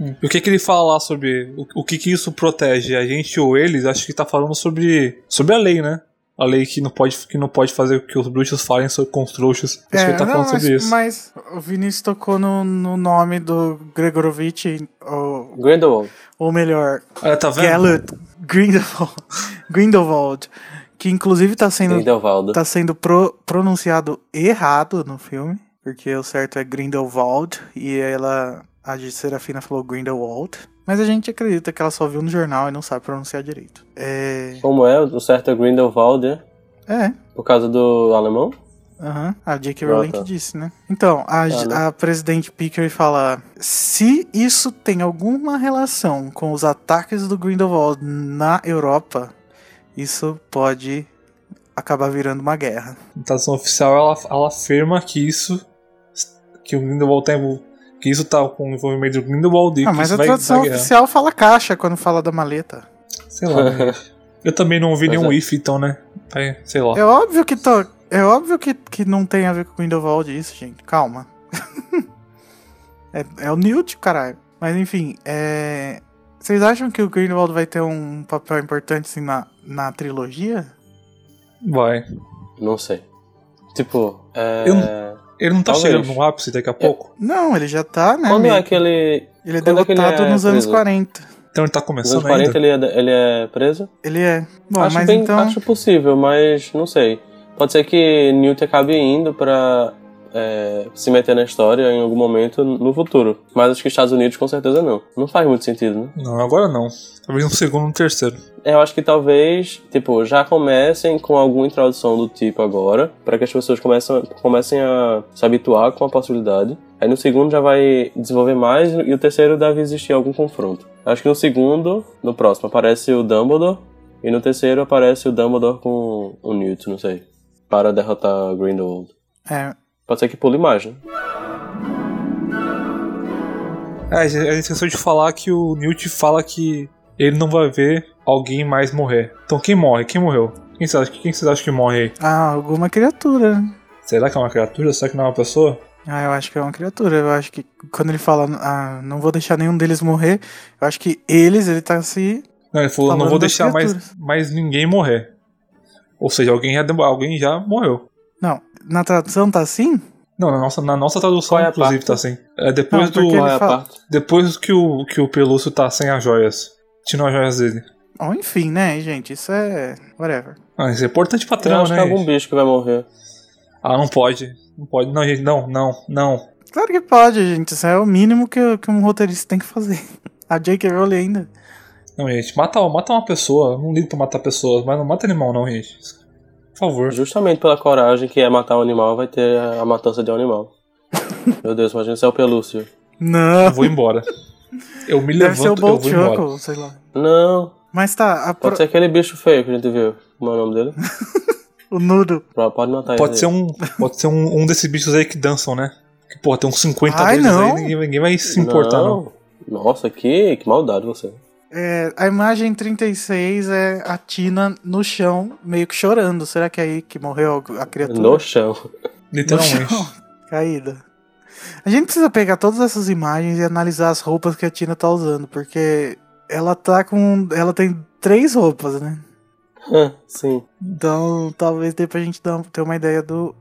Speaker 3: né?
Speaker 2: E o que, que ele fala lá sobre o, o que, que isso protege? A gente ou eles? Acho que tá falando sobre, sobre a lei, né? A lei que não pode, que não pode fazer que os bruxos falem sobre, com os trouxas. Acho é, que ele tá não, falando
Speaker 1: mas,
Speaker 2: sobre isso.
Speaker 1: Mas o Vinícius tocou no, no nome do Gregorovich. Ou,
Speaker 3: Grindelwald.
Speaker 1: Ou melhor,
Speaker 2: ah, tá vendo?
Speaker 1: Gellert Grindelwald. Grindelwald. Que inclusive tá sendo,
Speaker 3: Grindelwald.
Speaker 1: tá sendo pro, pronunciado errado no filme. Porque o certo é Grindelwald. E ela a de Serafina falou Grindelwald, mas a gente acredita que ela só viu no jornal e não sabe pronunciar direito. É...
Speaker 3: Como é? O certo é Grindelwald, é?
Speaker 1: É.
Speaker 3: Por causa do alemão?
Speaker 1: Aham, uhum. a J.K. Rowling que disse, né? Então, a, ah, a presidente Picker fala: se isso tem alguma relação com os ataques do Grindelwald na Europa, isso pode acabar virando uma guerra.
Speaker 2: A notação oficial ela, ela afirma que isso que o Grindelwald tem que isso tá com o envolvimento do Grindelwald e
Speaker 1: Ah,
Speaker 2: que
Speaker 1: mas
Speaker 2: isso
Speaker 1: a
Speaker 2: vai
Speaker 1: tradução
Speaker 2: vai guerra.
Speaker 1: oficial fala caixa quando fala da maleta.
Speaker 2: Sei lá. gente. Eu também não ouvi
Speaker 1: Pois
Speaker 2: nenhum
Speaker 1: é.
Speaker 2: if, então, né? Aí, Sei lá.
Speaker 1: É óbvio que tô, é óbvio que, que não tem a ver com o Grindelwald isso, gente. Calma. (laughs) é, é o Newt, caralho. Mas enfim, é... vocês acham que o Grindelwald vai ter um papel importante assim, na, na trilogia?
Speaker 2: Vai.
Speaker 3: Não sei. Tipo, é...
Speaker 2: Eu não- Ele não tá
Speaker 3: Talvez.
Speaker 2: chegando no ápice daqui a pouco?
Speaker 1: Não, ele já tá, né?
Speaker 3: Quando
Speaker 1: meio
Speaker 3: é
Speaker 1: que-
Speaker 3: aquele.
Speaker 1: Ele é
Speaker 3: quando é que ele
Speaker 1: derrotado
Speaker 3: é
Speaker 1: nos anos
Speaker 3: preso?
Speaker 1: 40.
Speaker 2: Então ele tá
Speaker 3: Nos
Speaker 2: começando
Speaker 3: anos 40
Speaker 2: ainda?
Speaker 3: ele é, ele é preso?
Speaker 1: Ele é. Bom,
Speaker 3: acho
Speaker 1: mas
Speaker 3: bem-
Speaker 1: então.
Speaker 3: acho possível, mas não sei. Pode ser que Newt acabe indo pra é, se meter na história em algum momento no futuro. Mas acho que Estados Unidos com certeza não. Não faz muito sentido, né?
Speaker 2: Não, agora não. Talvez no segundo no terceiro.
Speaker 3: Eu acho que talvez, tipo, já comecem com alguma introdução do tipo agora, pra que as pessoas comecem, comecem a se habituar com a possibilidade. Aí no segundo já vai desenvolver mais, e o terceiro deve existir algum confronto. Acho que no segundo, no próximo, aparece o Dumbledore, e no terceiro aparece o Dumbledore com o Newt, não sei, para derrotar Grindelwald.
Speaker 1: É.
Speaker 3: Pode ser que pule mais, né?
Speaker 2: É, a gente esqueceu de falar que o Newt fala que ele não vai ver alguém mais morrer. Então quem morre? Quem morreu? Quem vocês acham, quem vocês acham que morre aí?
Speaker 1: Ah, alguma criatura. né?
Speaker 2: Será que é uma criatura? Será que não é uma pessoa?
Speaker 1: Ah, eu acho que é uma criatura. Eu acho que quando ele fala, ah, não vou deixar nenhum deles morrer, eu acho que eles, ele tá se.
Speaker 2: Não, ele falou,
Speaker 1: Falando
Speaker 2: não vou
Speaker 1: das
Speaker 2: deixar mais,
Speaker 1: criaturas.
Speaker 2: mais ninguém morrer. Ou seja, alguém já, alguém já morreu.
Speaker 1: Não, na tradução tá assim?
Speaker 2: Não, na nossa, na nossa tradução, inclusive, tá assim. É depois
Speaker 1: Não, porque
Speaker 2: do.
Speaker 1: ele Qual é a fala- parte?
Speaker 2: Depois que o, que o Pelúcio tá sem as joias. Tirou as joias dele.
Speaker 1: Ou enfim, né, gente? Isso é. Whatever.
Speaker 2: Ah, isso é importante pra
Speaker 3: Eu
Speaker 2: trama,
Speaker 3: acho
Speaker 2: né?
Speaker 3: que é algum
Speaker 2: gente?
Speaker 3: bicho que vai morrer.
Speaker 2: Ah, não pode. Não pode. Não, gente, não, não, não.
Speaker 1: Claro que pode, gente. Isso é o mínimo que, que um roteirista tem que fazer. (laughs) A J.K. Rowling ainda.
Speaker 2: Não, gente. Mata, mata uma pessoa. Não ligo pra matar pessoas, mas não mata animal, não, gente. Por favor.
Speaker 3: Justamente pela coragem que é matar um animal, vai ter a matança de um
Speaker 2: (laughs)
Speaker 3: animal. Meu Deus, imagina se é o Pelúcio.
Speaker 1: Não.
Speaker 2: Eu vou embora. Eu me
Speaker 1: Deve ser o
Speaker 2: levanto, eu
Speaker 1: Bolt
Speaker 2: vou embora.
Speaker 1: Chuckle, sei lá.
Speaker 3: Não.
Speaker 1: Mas tá, a
Speaker 3: Pode
Speaker 1: pro-
Speaker 3: ser aquele bicho feio que a gente viu. Como é o nome dele?
Speaker 1: o nudo.
Speaker 3: Pro- Pode matar
Speaker 2: Pode
Speaker 3: ele.
Speaker 2: ser, um, pode ser um, um desses bichos aí que dançam, né? Que, pô, tem uns 50
Speaker 1: Ai,
Speaker 2: deles
Speaker 1: não.
Speaker 2: aí, ninguém, ninguém vai se importar, não.
Speaker 3: Nossa, que, que maldade você.
Speaker 1: É, a imagem 36 é a Tina no chão, meio que chorando. Será que é aí que morreu a criatura?
Speaker 3: No chão. (laughs)
Speaker 1: No chão, (laughs) Caída. A gente precisa pegar todas essas imagens e analisar as roupas que a Tina tá usando, porque ela tá com. Ela tem três roupas, né?
Speaker 3: Sim.
Speaker 1: Então talvez dê pra gente dar, um, ter uma ideia do,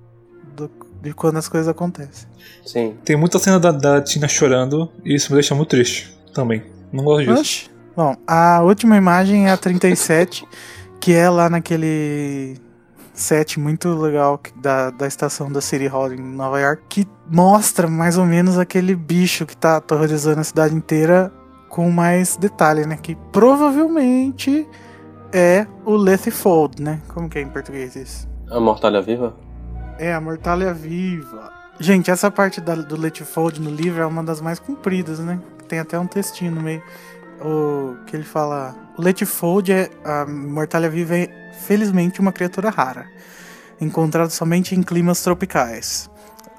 Speaker 1: do- de quando as coisas acontecem.
Speaker 3: Sim.
Speaker 2: Tem muita cena da, da Tina chorando e isso me deixa muito triste também. Não gosto disso.
Speaker 1: Oxe. Bom, a última imagem é a 37, (laughs) que é lá naquele set muito legal que- da, da estação da City Hall em Nova York, que mostra mais ou menos aquele bicho que tá aterrorizando a cidade inteira com mais detalhe, né? Que provavelmente é o Lethifold, né? Como que é em português isso?
Speaker 3: A mortalha viva?
Speaker 1: É, a Mortalha Viva. Gente, essa parte da- do Letfold no livro é uma das mais compridas, né? Tem até um textinho no meio. O, que ele fala. O Letfold é. A Mortalha Viva é, felizmente, uma criatura rara. Encontrado somente em climas tropicais.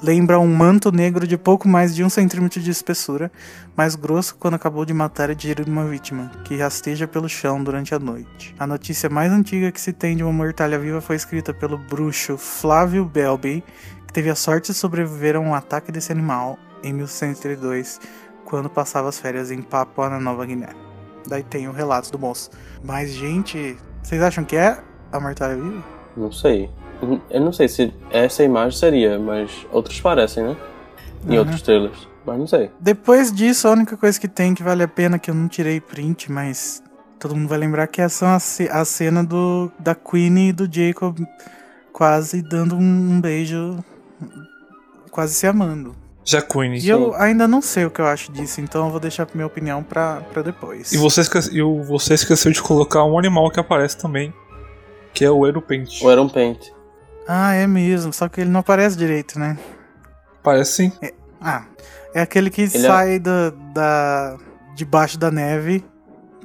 Speaker 1: Lembra um manto negro de pouco mais de um centímetro de espessura, mais grosso quando acabou de matar e digerir uma vítima, que rasteja pelo chão durante a noite. A notícia mais antiga que se tem de uma mortalha viva foi escrita pelo bruxo Flávio Belby, que teve a sorte de sobreviver a um ataque desse animal em 1132, quando passava as férias em Papua na Nova Guiné. Daí tem o relato do moço. Mas, gente, vocês acham que é a mortalha viva?
Speaker 3: Não sei. Eu não sei se essa imagem seria, mas outros parecem, né? Em
Speaker 1: Uhum.
Speaker 3: outros trailers. Mas não sei.
Speaker 1: Depois disso, a única coisa que tem que vale a pena, que eu não tirei print, mas todo mundo vai lembrar que essa é a ce- a cena do, da Queen e do Jacob quase dando um, um beijo, quase se amando.
Speaker 2: Já Queen.
Speaker 1: E eu ainda não sei o que eu acho disso, então eu vou deixar minha opinião pra, pra depois.
Speaker 2: E você, esquece, e o- você esqueceu de colocar um animal que aparece também, que é o Aeropente.
Speaker 3: O Aaron Paint.
Speaker 1: Ah, é mesmo, só que ele não aparece direito, né?
Speaker 2: Parece sim.
Speaker 1: Ah, é aquele que
Speaker 3: Ele é-
Speaker 1: sai da, da, debaixo da neve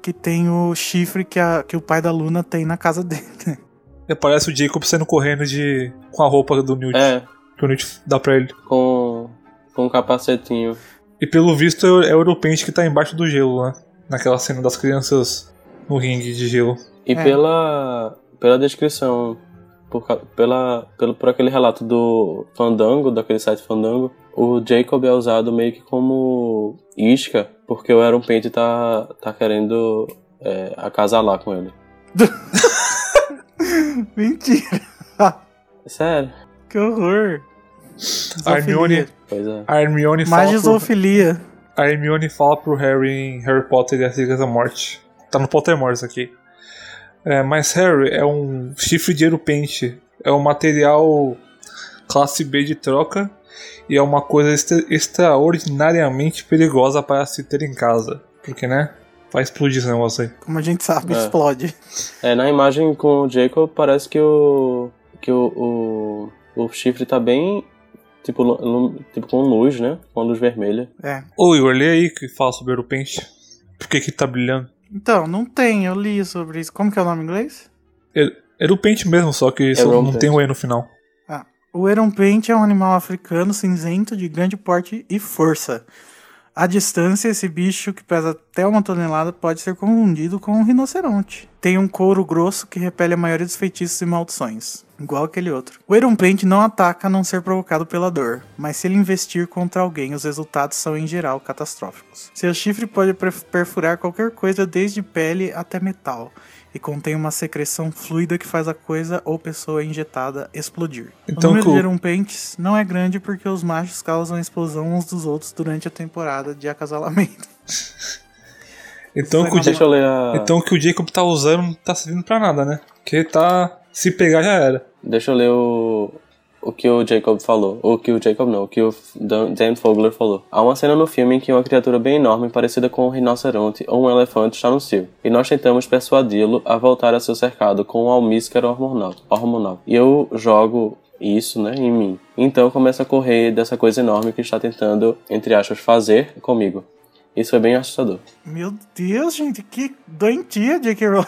Speaker 1: que tem o chifre que, a, que o pai da Luna tem na casa dele. (laughs)
Speaker 2: E aparece É, o Jacob saindo correndo de. com a roupa do Newt.
Speaker 3: É.
Speaker 2: Que o Newt dá pra ele.
Speaker 3: Com. com um capacetinho.
Speaker 2: E pelo visto é o, é o Europaint que tá embaixo do gelo lá. Né? Naquela cena das crianças no ringue de gelo.
Speaker 3: E
Speaker 2: é.
Speaker 3: pela. pela descrição. Por, pela, pelo, por aquele relato do Fandango, daquele site Fandango, o Jacob é usado meio que como isca, porque o Aaron Paint tá, tá querendo é, acasalar com ele.
Speaker 1: Mentira!
Speaker 3: É Sério?
Speaker 1: Que horror!
Speaker 2: Hermione,
Speaker 3: pois é.
Speaker 2: a Hermione
Speaker 1: Mais
Speaker 2: fala
Speaker 1: zoofilia.
Speaker 2: Pro, a Hermione fala pro Harry em Harry Potter e as Ligas da Morte. Tá no Pottermore isso aqui. É, mas Harry é um chifre de erupente. É um material classe B de troca e é uma coisa extra extraordinariamente perigosa para se ter em casa. Porque, né? Vai explodir esse negócio aí.
Speaker 1: Como a gente sabe, é. explode.
Speaker 3: É, na imagem com o Jacob parece que o. que o. o, o chifre tá bem. Tipo, lu, tipo com luz, né? Com luz vermelha.
Speaker 1: É.
Speaker 2: Ô Igor, lê aí que fala sobre o pente. Por que que tá brilhando?
Speaker 1: Então, não tem, eu li sobre isso. Como que é o nome em inglês?
Speaker 2: Era o pente mesmo, só que só não tem o E no final.
Speaker 1: O Eron Paint é um animal africano cinzento de grande porte e força. À distância, esse bicho, que pesa até uma tonelada, pode ser confundido com um rinoceronte. Tem um couro grosso que repele a maioria dos feitiços e maldições, igual aquele outro. O Eron Paint não ataca a não ser provocado pela dor, mas se ele investir contra alguém, os resultados são em geral catastróficos. Seu chifre pode perfurar qualquer coisa, desde pele até metal e contém uma secreção fluida que faz a coisa ou pessoa injetada explodir.
Speaker 2: Então,
Speaker 1: o número
Speaker 2: cool.
Speaker 1: de erumpentes não é grande porque os machos causam a explosão uns dos outros durante a temporada de acasalamento. (laughs)
Speaker 2: então,
Speaker 1: Isso
Speaker 2: que o
Speaker 1: é
Speaker 2: Jacob,
Speaker 3: Deixa eu ler a.
Speaker 2: então que o Jacob tá usando não tá servindo pra nada, né? Porque tá. Se pegar já era.
Speaker 3: Deixa eu ler o, o que o Jacob falou. O que o Jacob não, o que o Dan, Dan Fogler falou. Há uma cena no filme em que uma criatura bem enorme, parecida com um rinoceronte ou um elefante, está no cio. E nós tentamos persuadi-lo a voltar a seu cercado com um almíscaro hormonal. hormonal. E eu jogo isso, né, em mim. Então começa a correr dessa coisa enorme que está tentando, entre aspas, fazer comigo. Isso é bem assustador.
Speaker 1: Meu Deus, gente, que doentia J.K.
Speaker 2: (laughs)
Speaker 1: Rowling.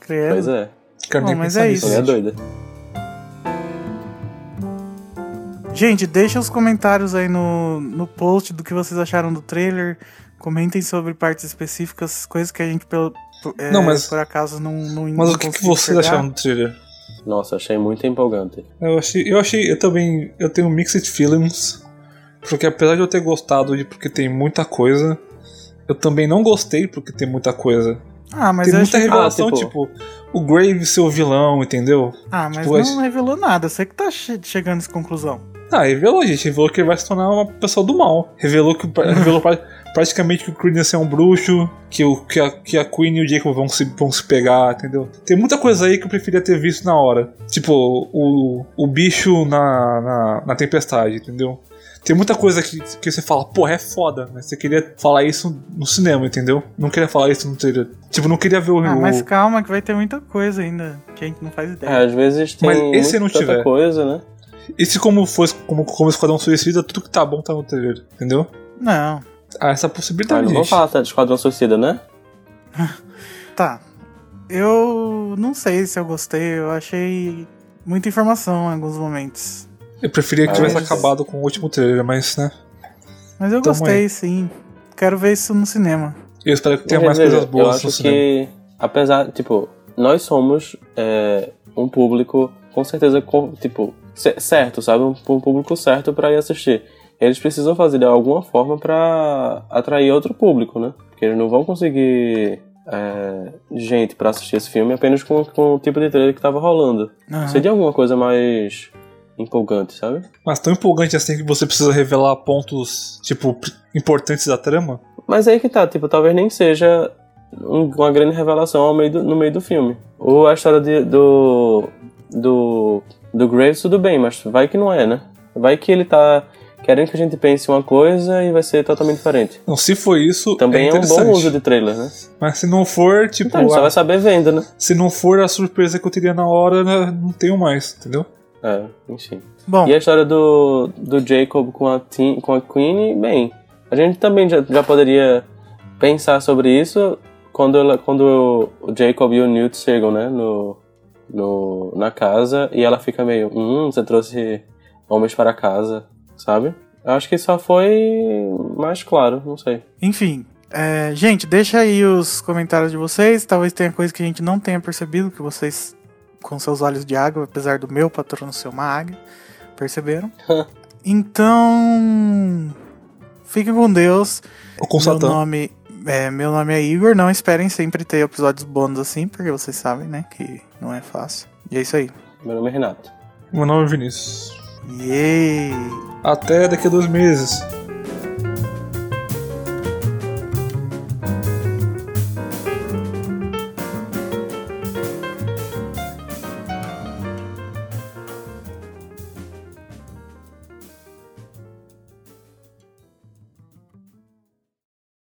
Speaker 1: Credo.
Speaker 3: Pois é.
Speaker 2: Quero
Speaker 1: Bom,
Speaker 2: nem
Speaker 1: mas
Speaker 2: pensar
Speaker 1: é
Speaker 2: nisso.
Speaker 1: isso.
Speaker 3: Ela é doida.
Speaker 1: Gente, deixa os comentários aí no, no post do que vocês acharam do trailer. Comentem sobre partes específicas, coisas que a gente pelo, po- é,
Speaker 2: Não, mas-
Speaker 1: por acaso não não
Speaker 2: Mas o que, que
Speaker 1: conseguiu
Speaker 2: vocês
Speaker 1: enxergar.
Speaker 2: acharam do trailer?
Speaker 3: Nossa, achei muito empolgante.
Speaker 2: Eu achei, eu achei, eu também, eu tenho mixed feelings, porque apesar de eu ter gostado de porque tem muita coisa, eu também não gostei porque tem muita coisa.
Speaker 1: Ah, mas
Speaker 2: tem
Speaker 1: eu
Speaker 2: muita
Speaker 1: achei-
Speaker 2: revelação,
Speaker 3: Ah,
Speaker 2: tipo...
Speaker 3: tipo-
Speaker 2: o Grave ser o vilão, entendeu?
Speaker 1: Ah, mas
Speaker 2: Tipo,
Speaker 1: não revelou nada. Você que tá che- chegando a essa conclusão.
Speaker 2: Ah, revelou, gente, revelou que ele vai se tornar uma pessoa do mal. Revelou que revelou pra- praticamente que o Credence é um bruxo, que, o, que, a, que a Queen e o Jacob vão se, vão se pegar, entendeu? Tem muita coisa aí que eu preferia ter visto na hora. Tipo, o, o bicho na, na, na tempestade, entendeu? Tem muita coisa que, que você fala, porra, é foda, mas você queria falar isso no cinema, entendeu? Não queria falar isso no trailer. Tipo, não queria ver o.
Speaker 1: Ah,
Speaker 2: o-
Speaker 1: mas calma que vai ter muita coisa ainda que a gente não faz
Speaker 3: É,
Speaker 1: ideia.
Speaker 3: às vezes tem
Speaker 2: Mas esse
Speaker 3: muito,
Speaker 2: não
Speaker 3: tanta
Speaker 2: tiver.
Speaker 3: coisa, né?
Speaker 2: E se como foi como, como Esquadrão Suicida, tudo que tá bom tá no trailer, entendeu?
Speaker 1: Não.
Speaker 2: Há essa
Speaker 3: Mas
Speaker 2: possibilidade,
Speaker 3: não vamos
Speaker 2: gente.
Speaker 3: falar tá, de Esquadrão Suicida, né?
Speaker 1: Tá. Eu não sei se eu gostei. Eu achei muita informação em alguns momentos.
Speaker 2: Eu preferia que
Speaker 3: Mas-
Speaker 2: tivesse acabado com o último trailer, mas né.
Speaker 1: Mas eu
Speaker 2: Tamo
Speaker 1: gostei,
Speaker 2: aí.
Speaker 1: sim. Quero ver isso no cinema.
Speaker 2: Eu espero que tenha
Speaker 3: Mas
Speaker 2: mais
Speaker 3: veja,
Speaker 2: coisas boas
Speaker 3: Eu
Speaker 2: no
Speaker 3: acho
Speaker 2: cinema.
Speaker 3: que, apesar, tipo, nós somos é, um público com certeza, com, tipo, ce- certo, sabe? Um, um público certo pra ir assistir. Eles precisam fazer de alguma forma pra atrair outro público, né? Porque eles não vão conseguir é, gente pra assistir esse filme apenas com, com o tipo de trailer que tava rolando.
Speaker 1: Aham.
Speaker 3: Seria alguma coisa mais empolgante, sabe?
Speaker 2: Mas tão empolgante assim que você precisa revelar pontos, tipo, pr- importantes da trama.
Speaker 3: Mas aí que tá, tipo, talvez nem seja um- uma grande revelação ao meio do- no meio do filme. Ou a história de- do, do. do Graves, tudo bem, mas vai que não é, né? Vai que ele tá querendo que a gente pense uma coisa e vai ser totalmente diferente.
Speaker 2: Não, se for isso,
Speaker 3: Também
Speaker 2: é
Speaker 3: é, um
Speaker 2: interessante.
Speaker 3: bom uso de trailer, né?
Speaker 2: Mas se não for, tipo,
Speaker 3: Então, a gente só
Speaker 2: a-
Speaker 3: vai saber vendo, né?
Speaker 2: se não for a surpresa que eu teria na hora, né, não tenho mais, entendeu?
Speaker 3: É, enfim.
Speaker 1: Bom,
Speaker 3: E
Speaker 2: é-
Speaker 3: a história do, do Jacob com a, Tin- com a Queen, bem, a gente também já, já poderia pensar sobre isso quando, ela, quando o Jacob e o Newt chegam, né, no, no, na casa e ela fica meio, hum, você trouxe homens para casa, sabe? Acho que só foi mais claro, não sei.
Speaker 1: Enfim, é, gente, deixa aí os comentários de vocês. Talvez tenha coisa que a gente não tenha percebido, que vocês, com seus olhos de água, apesar do meu patrono ser uma águia,
Speaker 2: (laughs)
Speaker 1: perceberam. então. Fiquem com Deus.
Speaker 2: Ou com
Speaker 1: meu
Speaker 2: Satã.
Speaker 1: Nome, é, meu nome é Igor. Não esperem sempre ter episódios bônus assim, porque vocês sabem, né? Que não é fácil. E é isso aí.
Speaker 3: Meu nome é Renato.
Speaker 2: Meu nome é Vinícius.
Speaker 1: Yay!
Speaker 2: Até daqui a dois meses.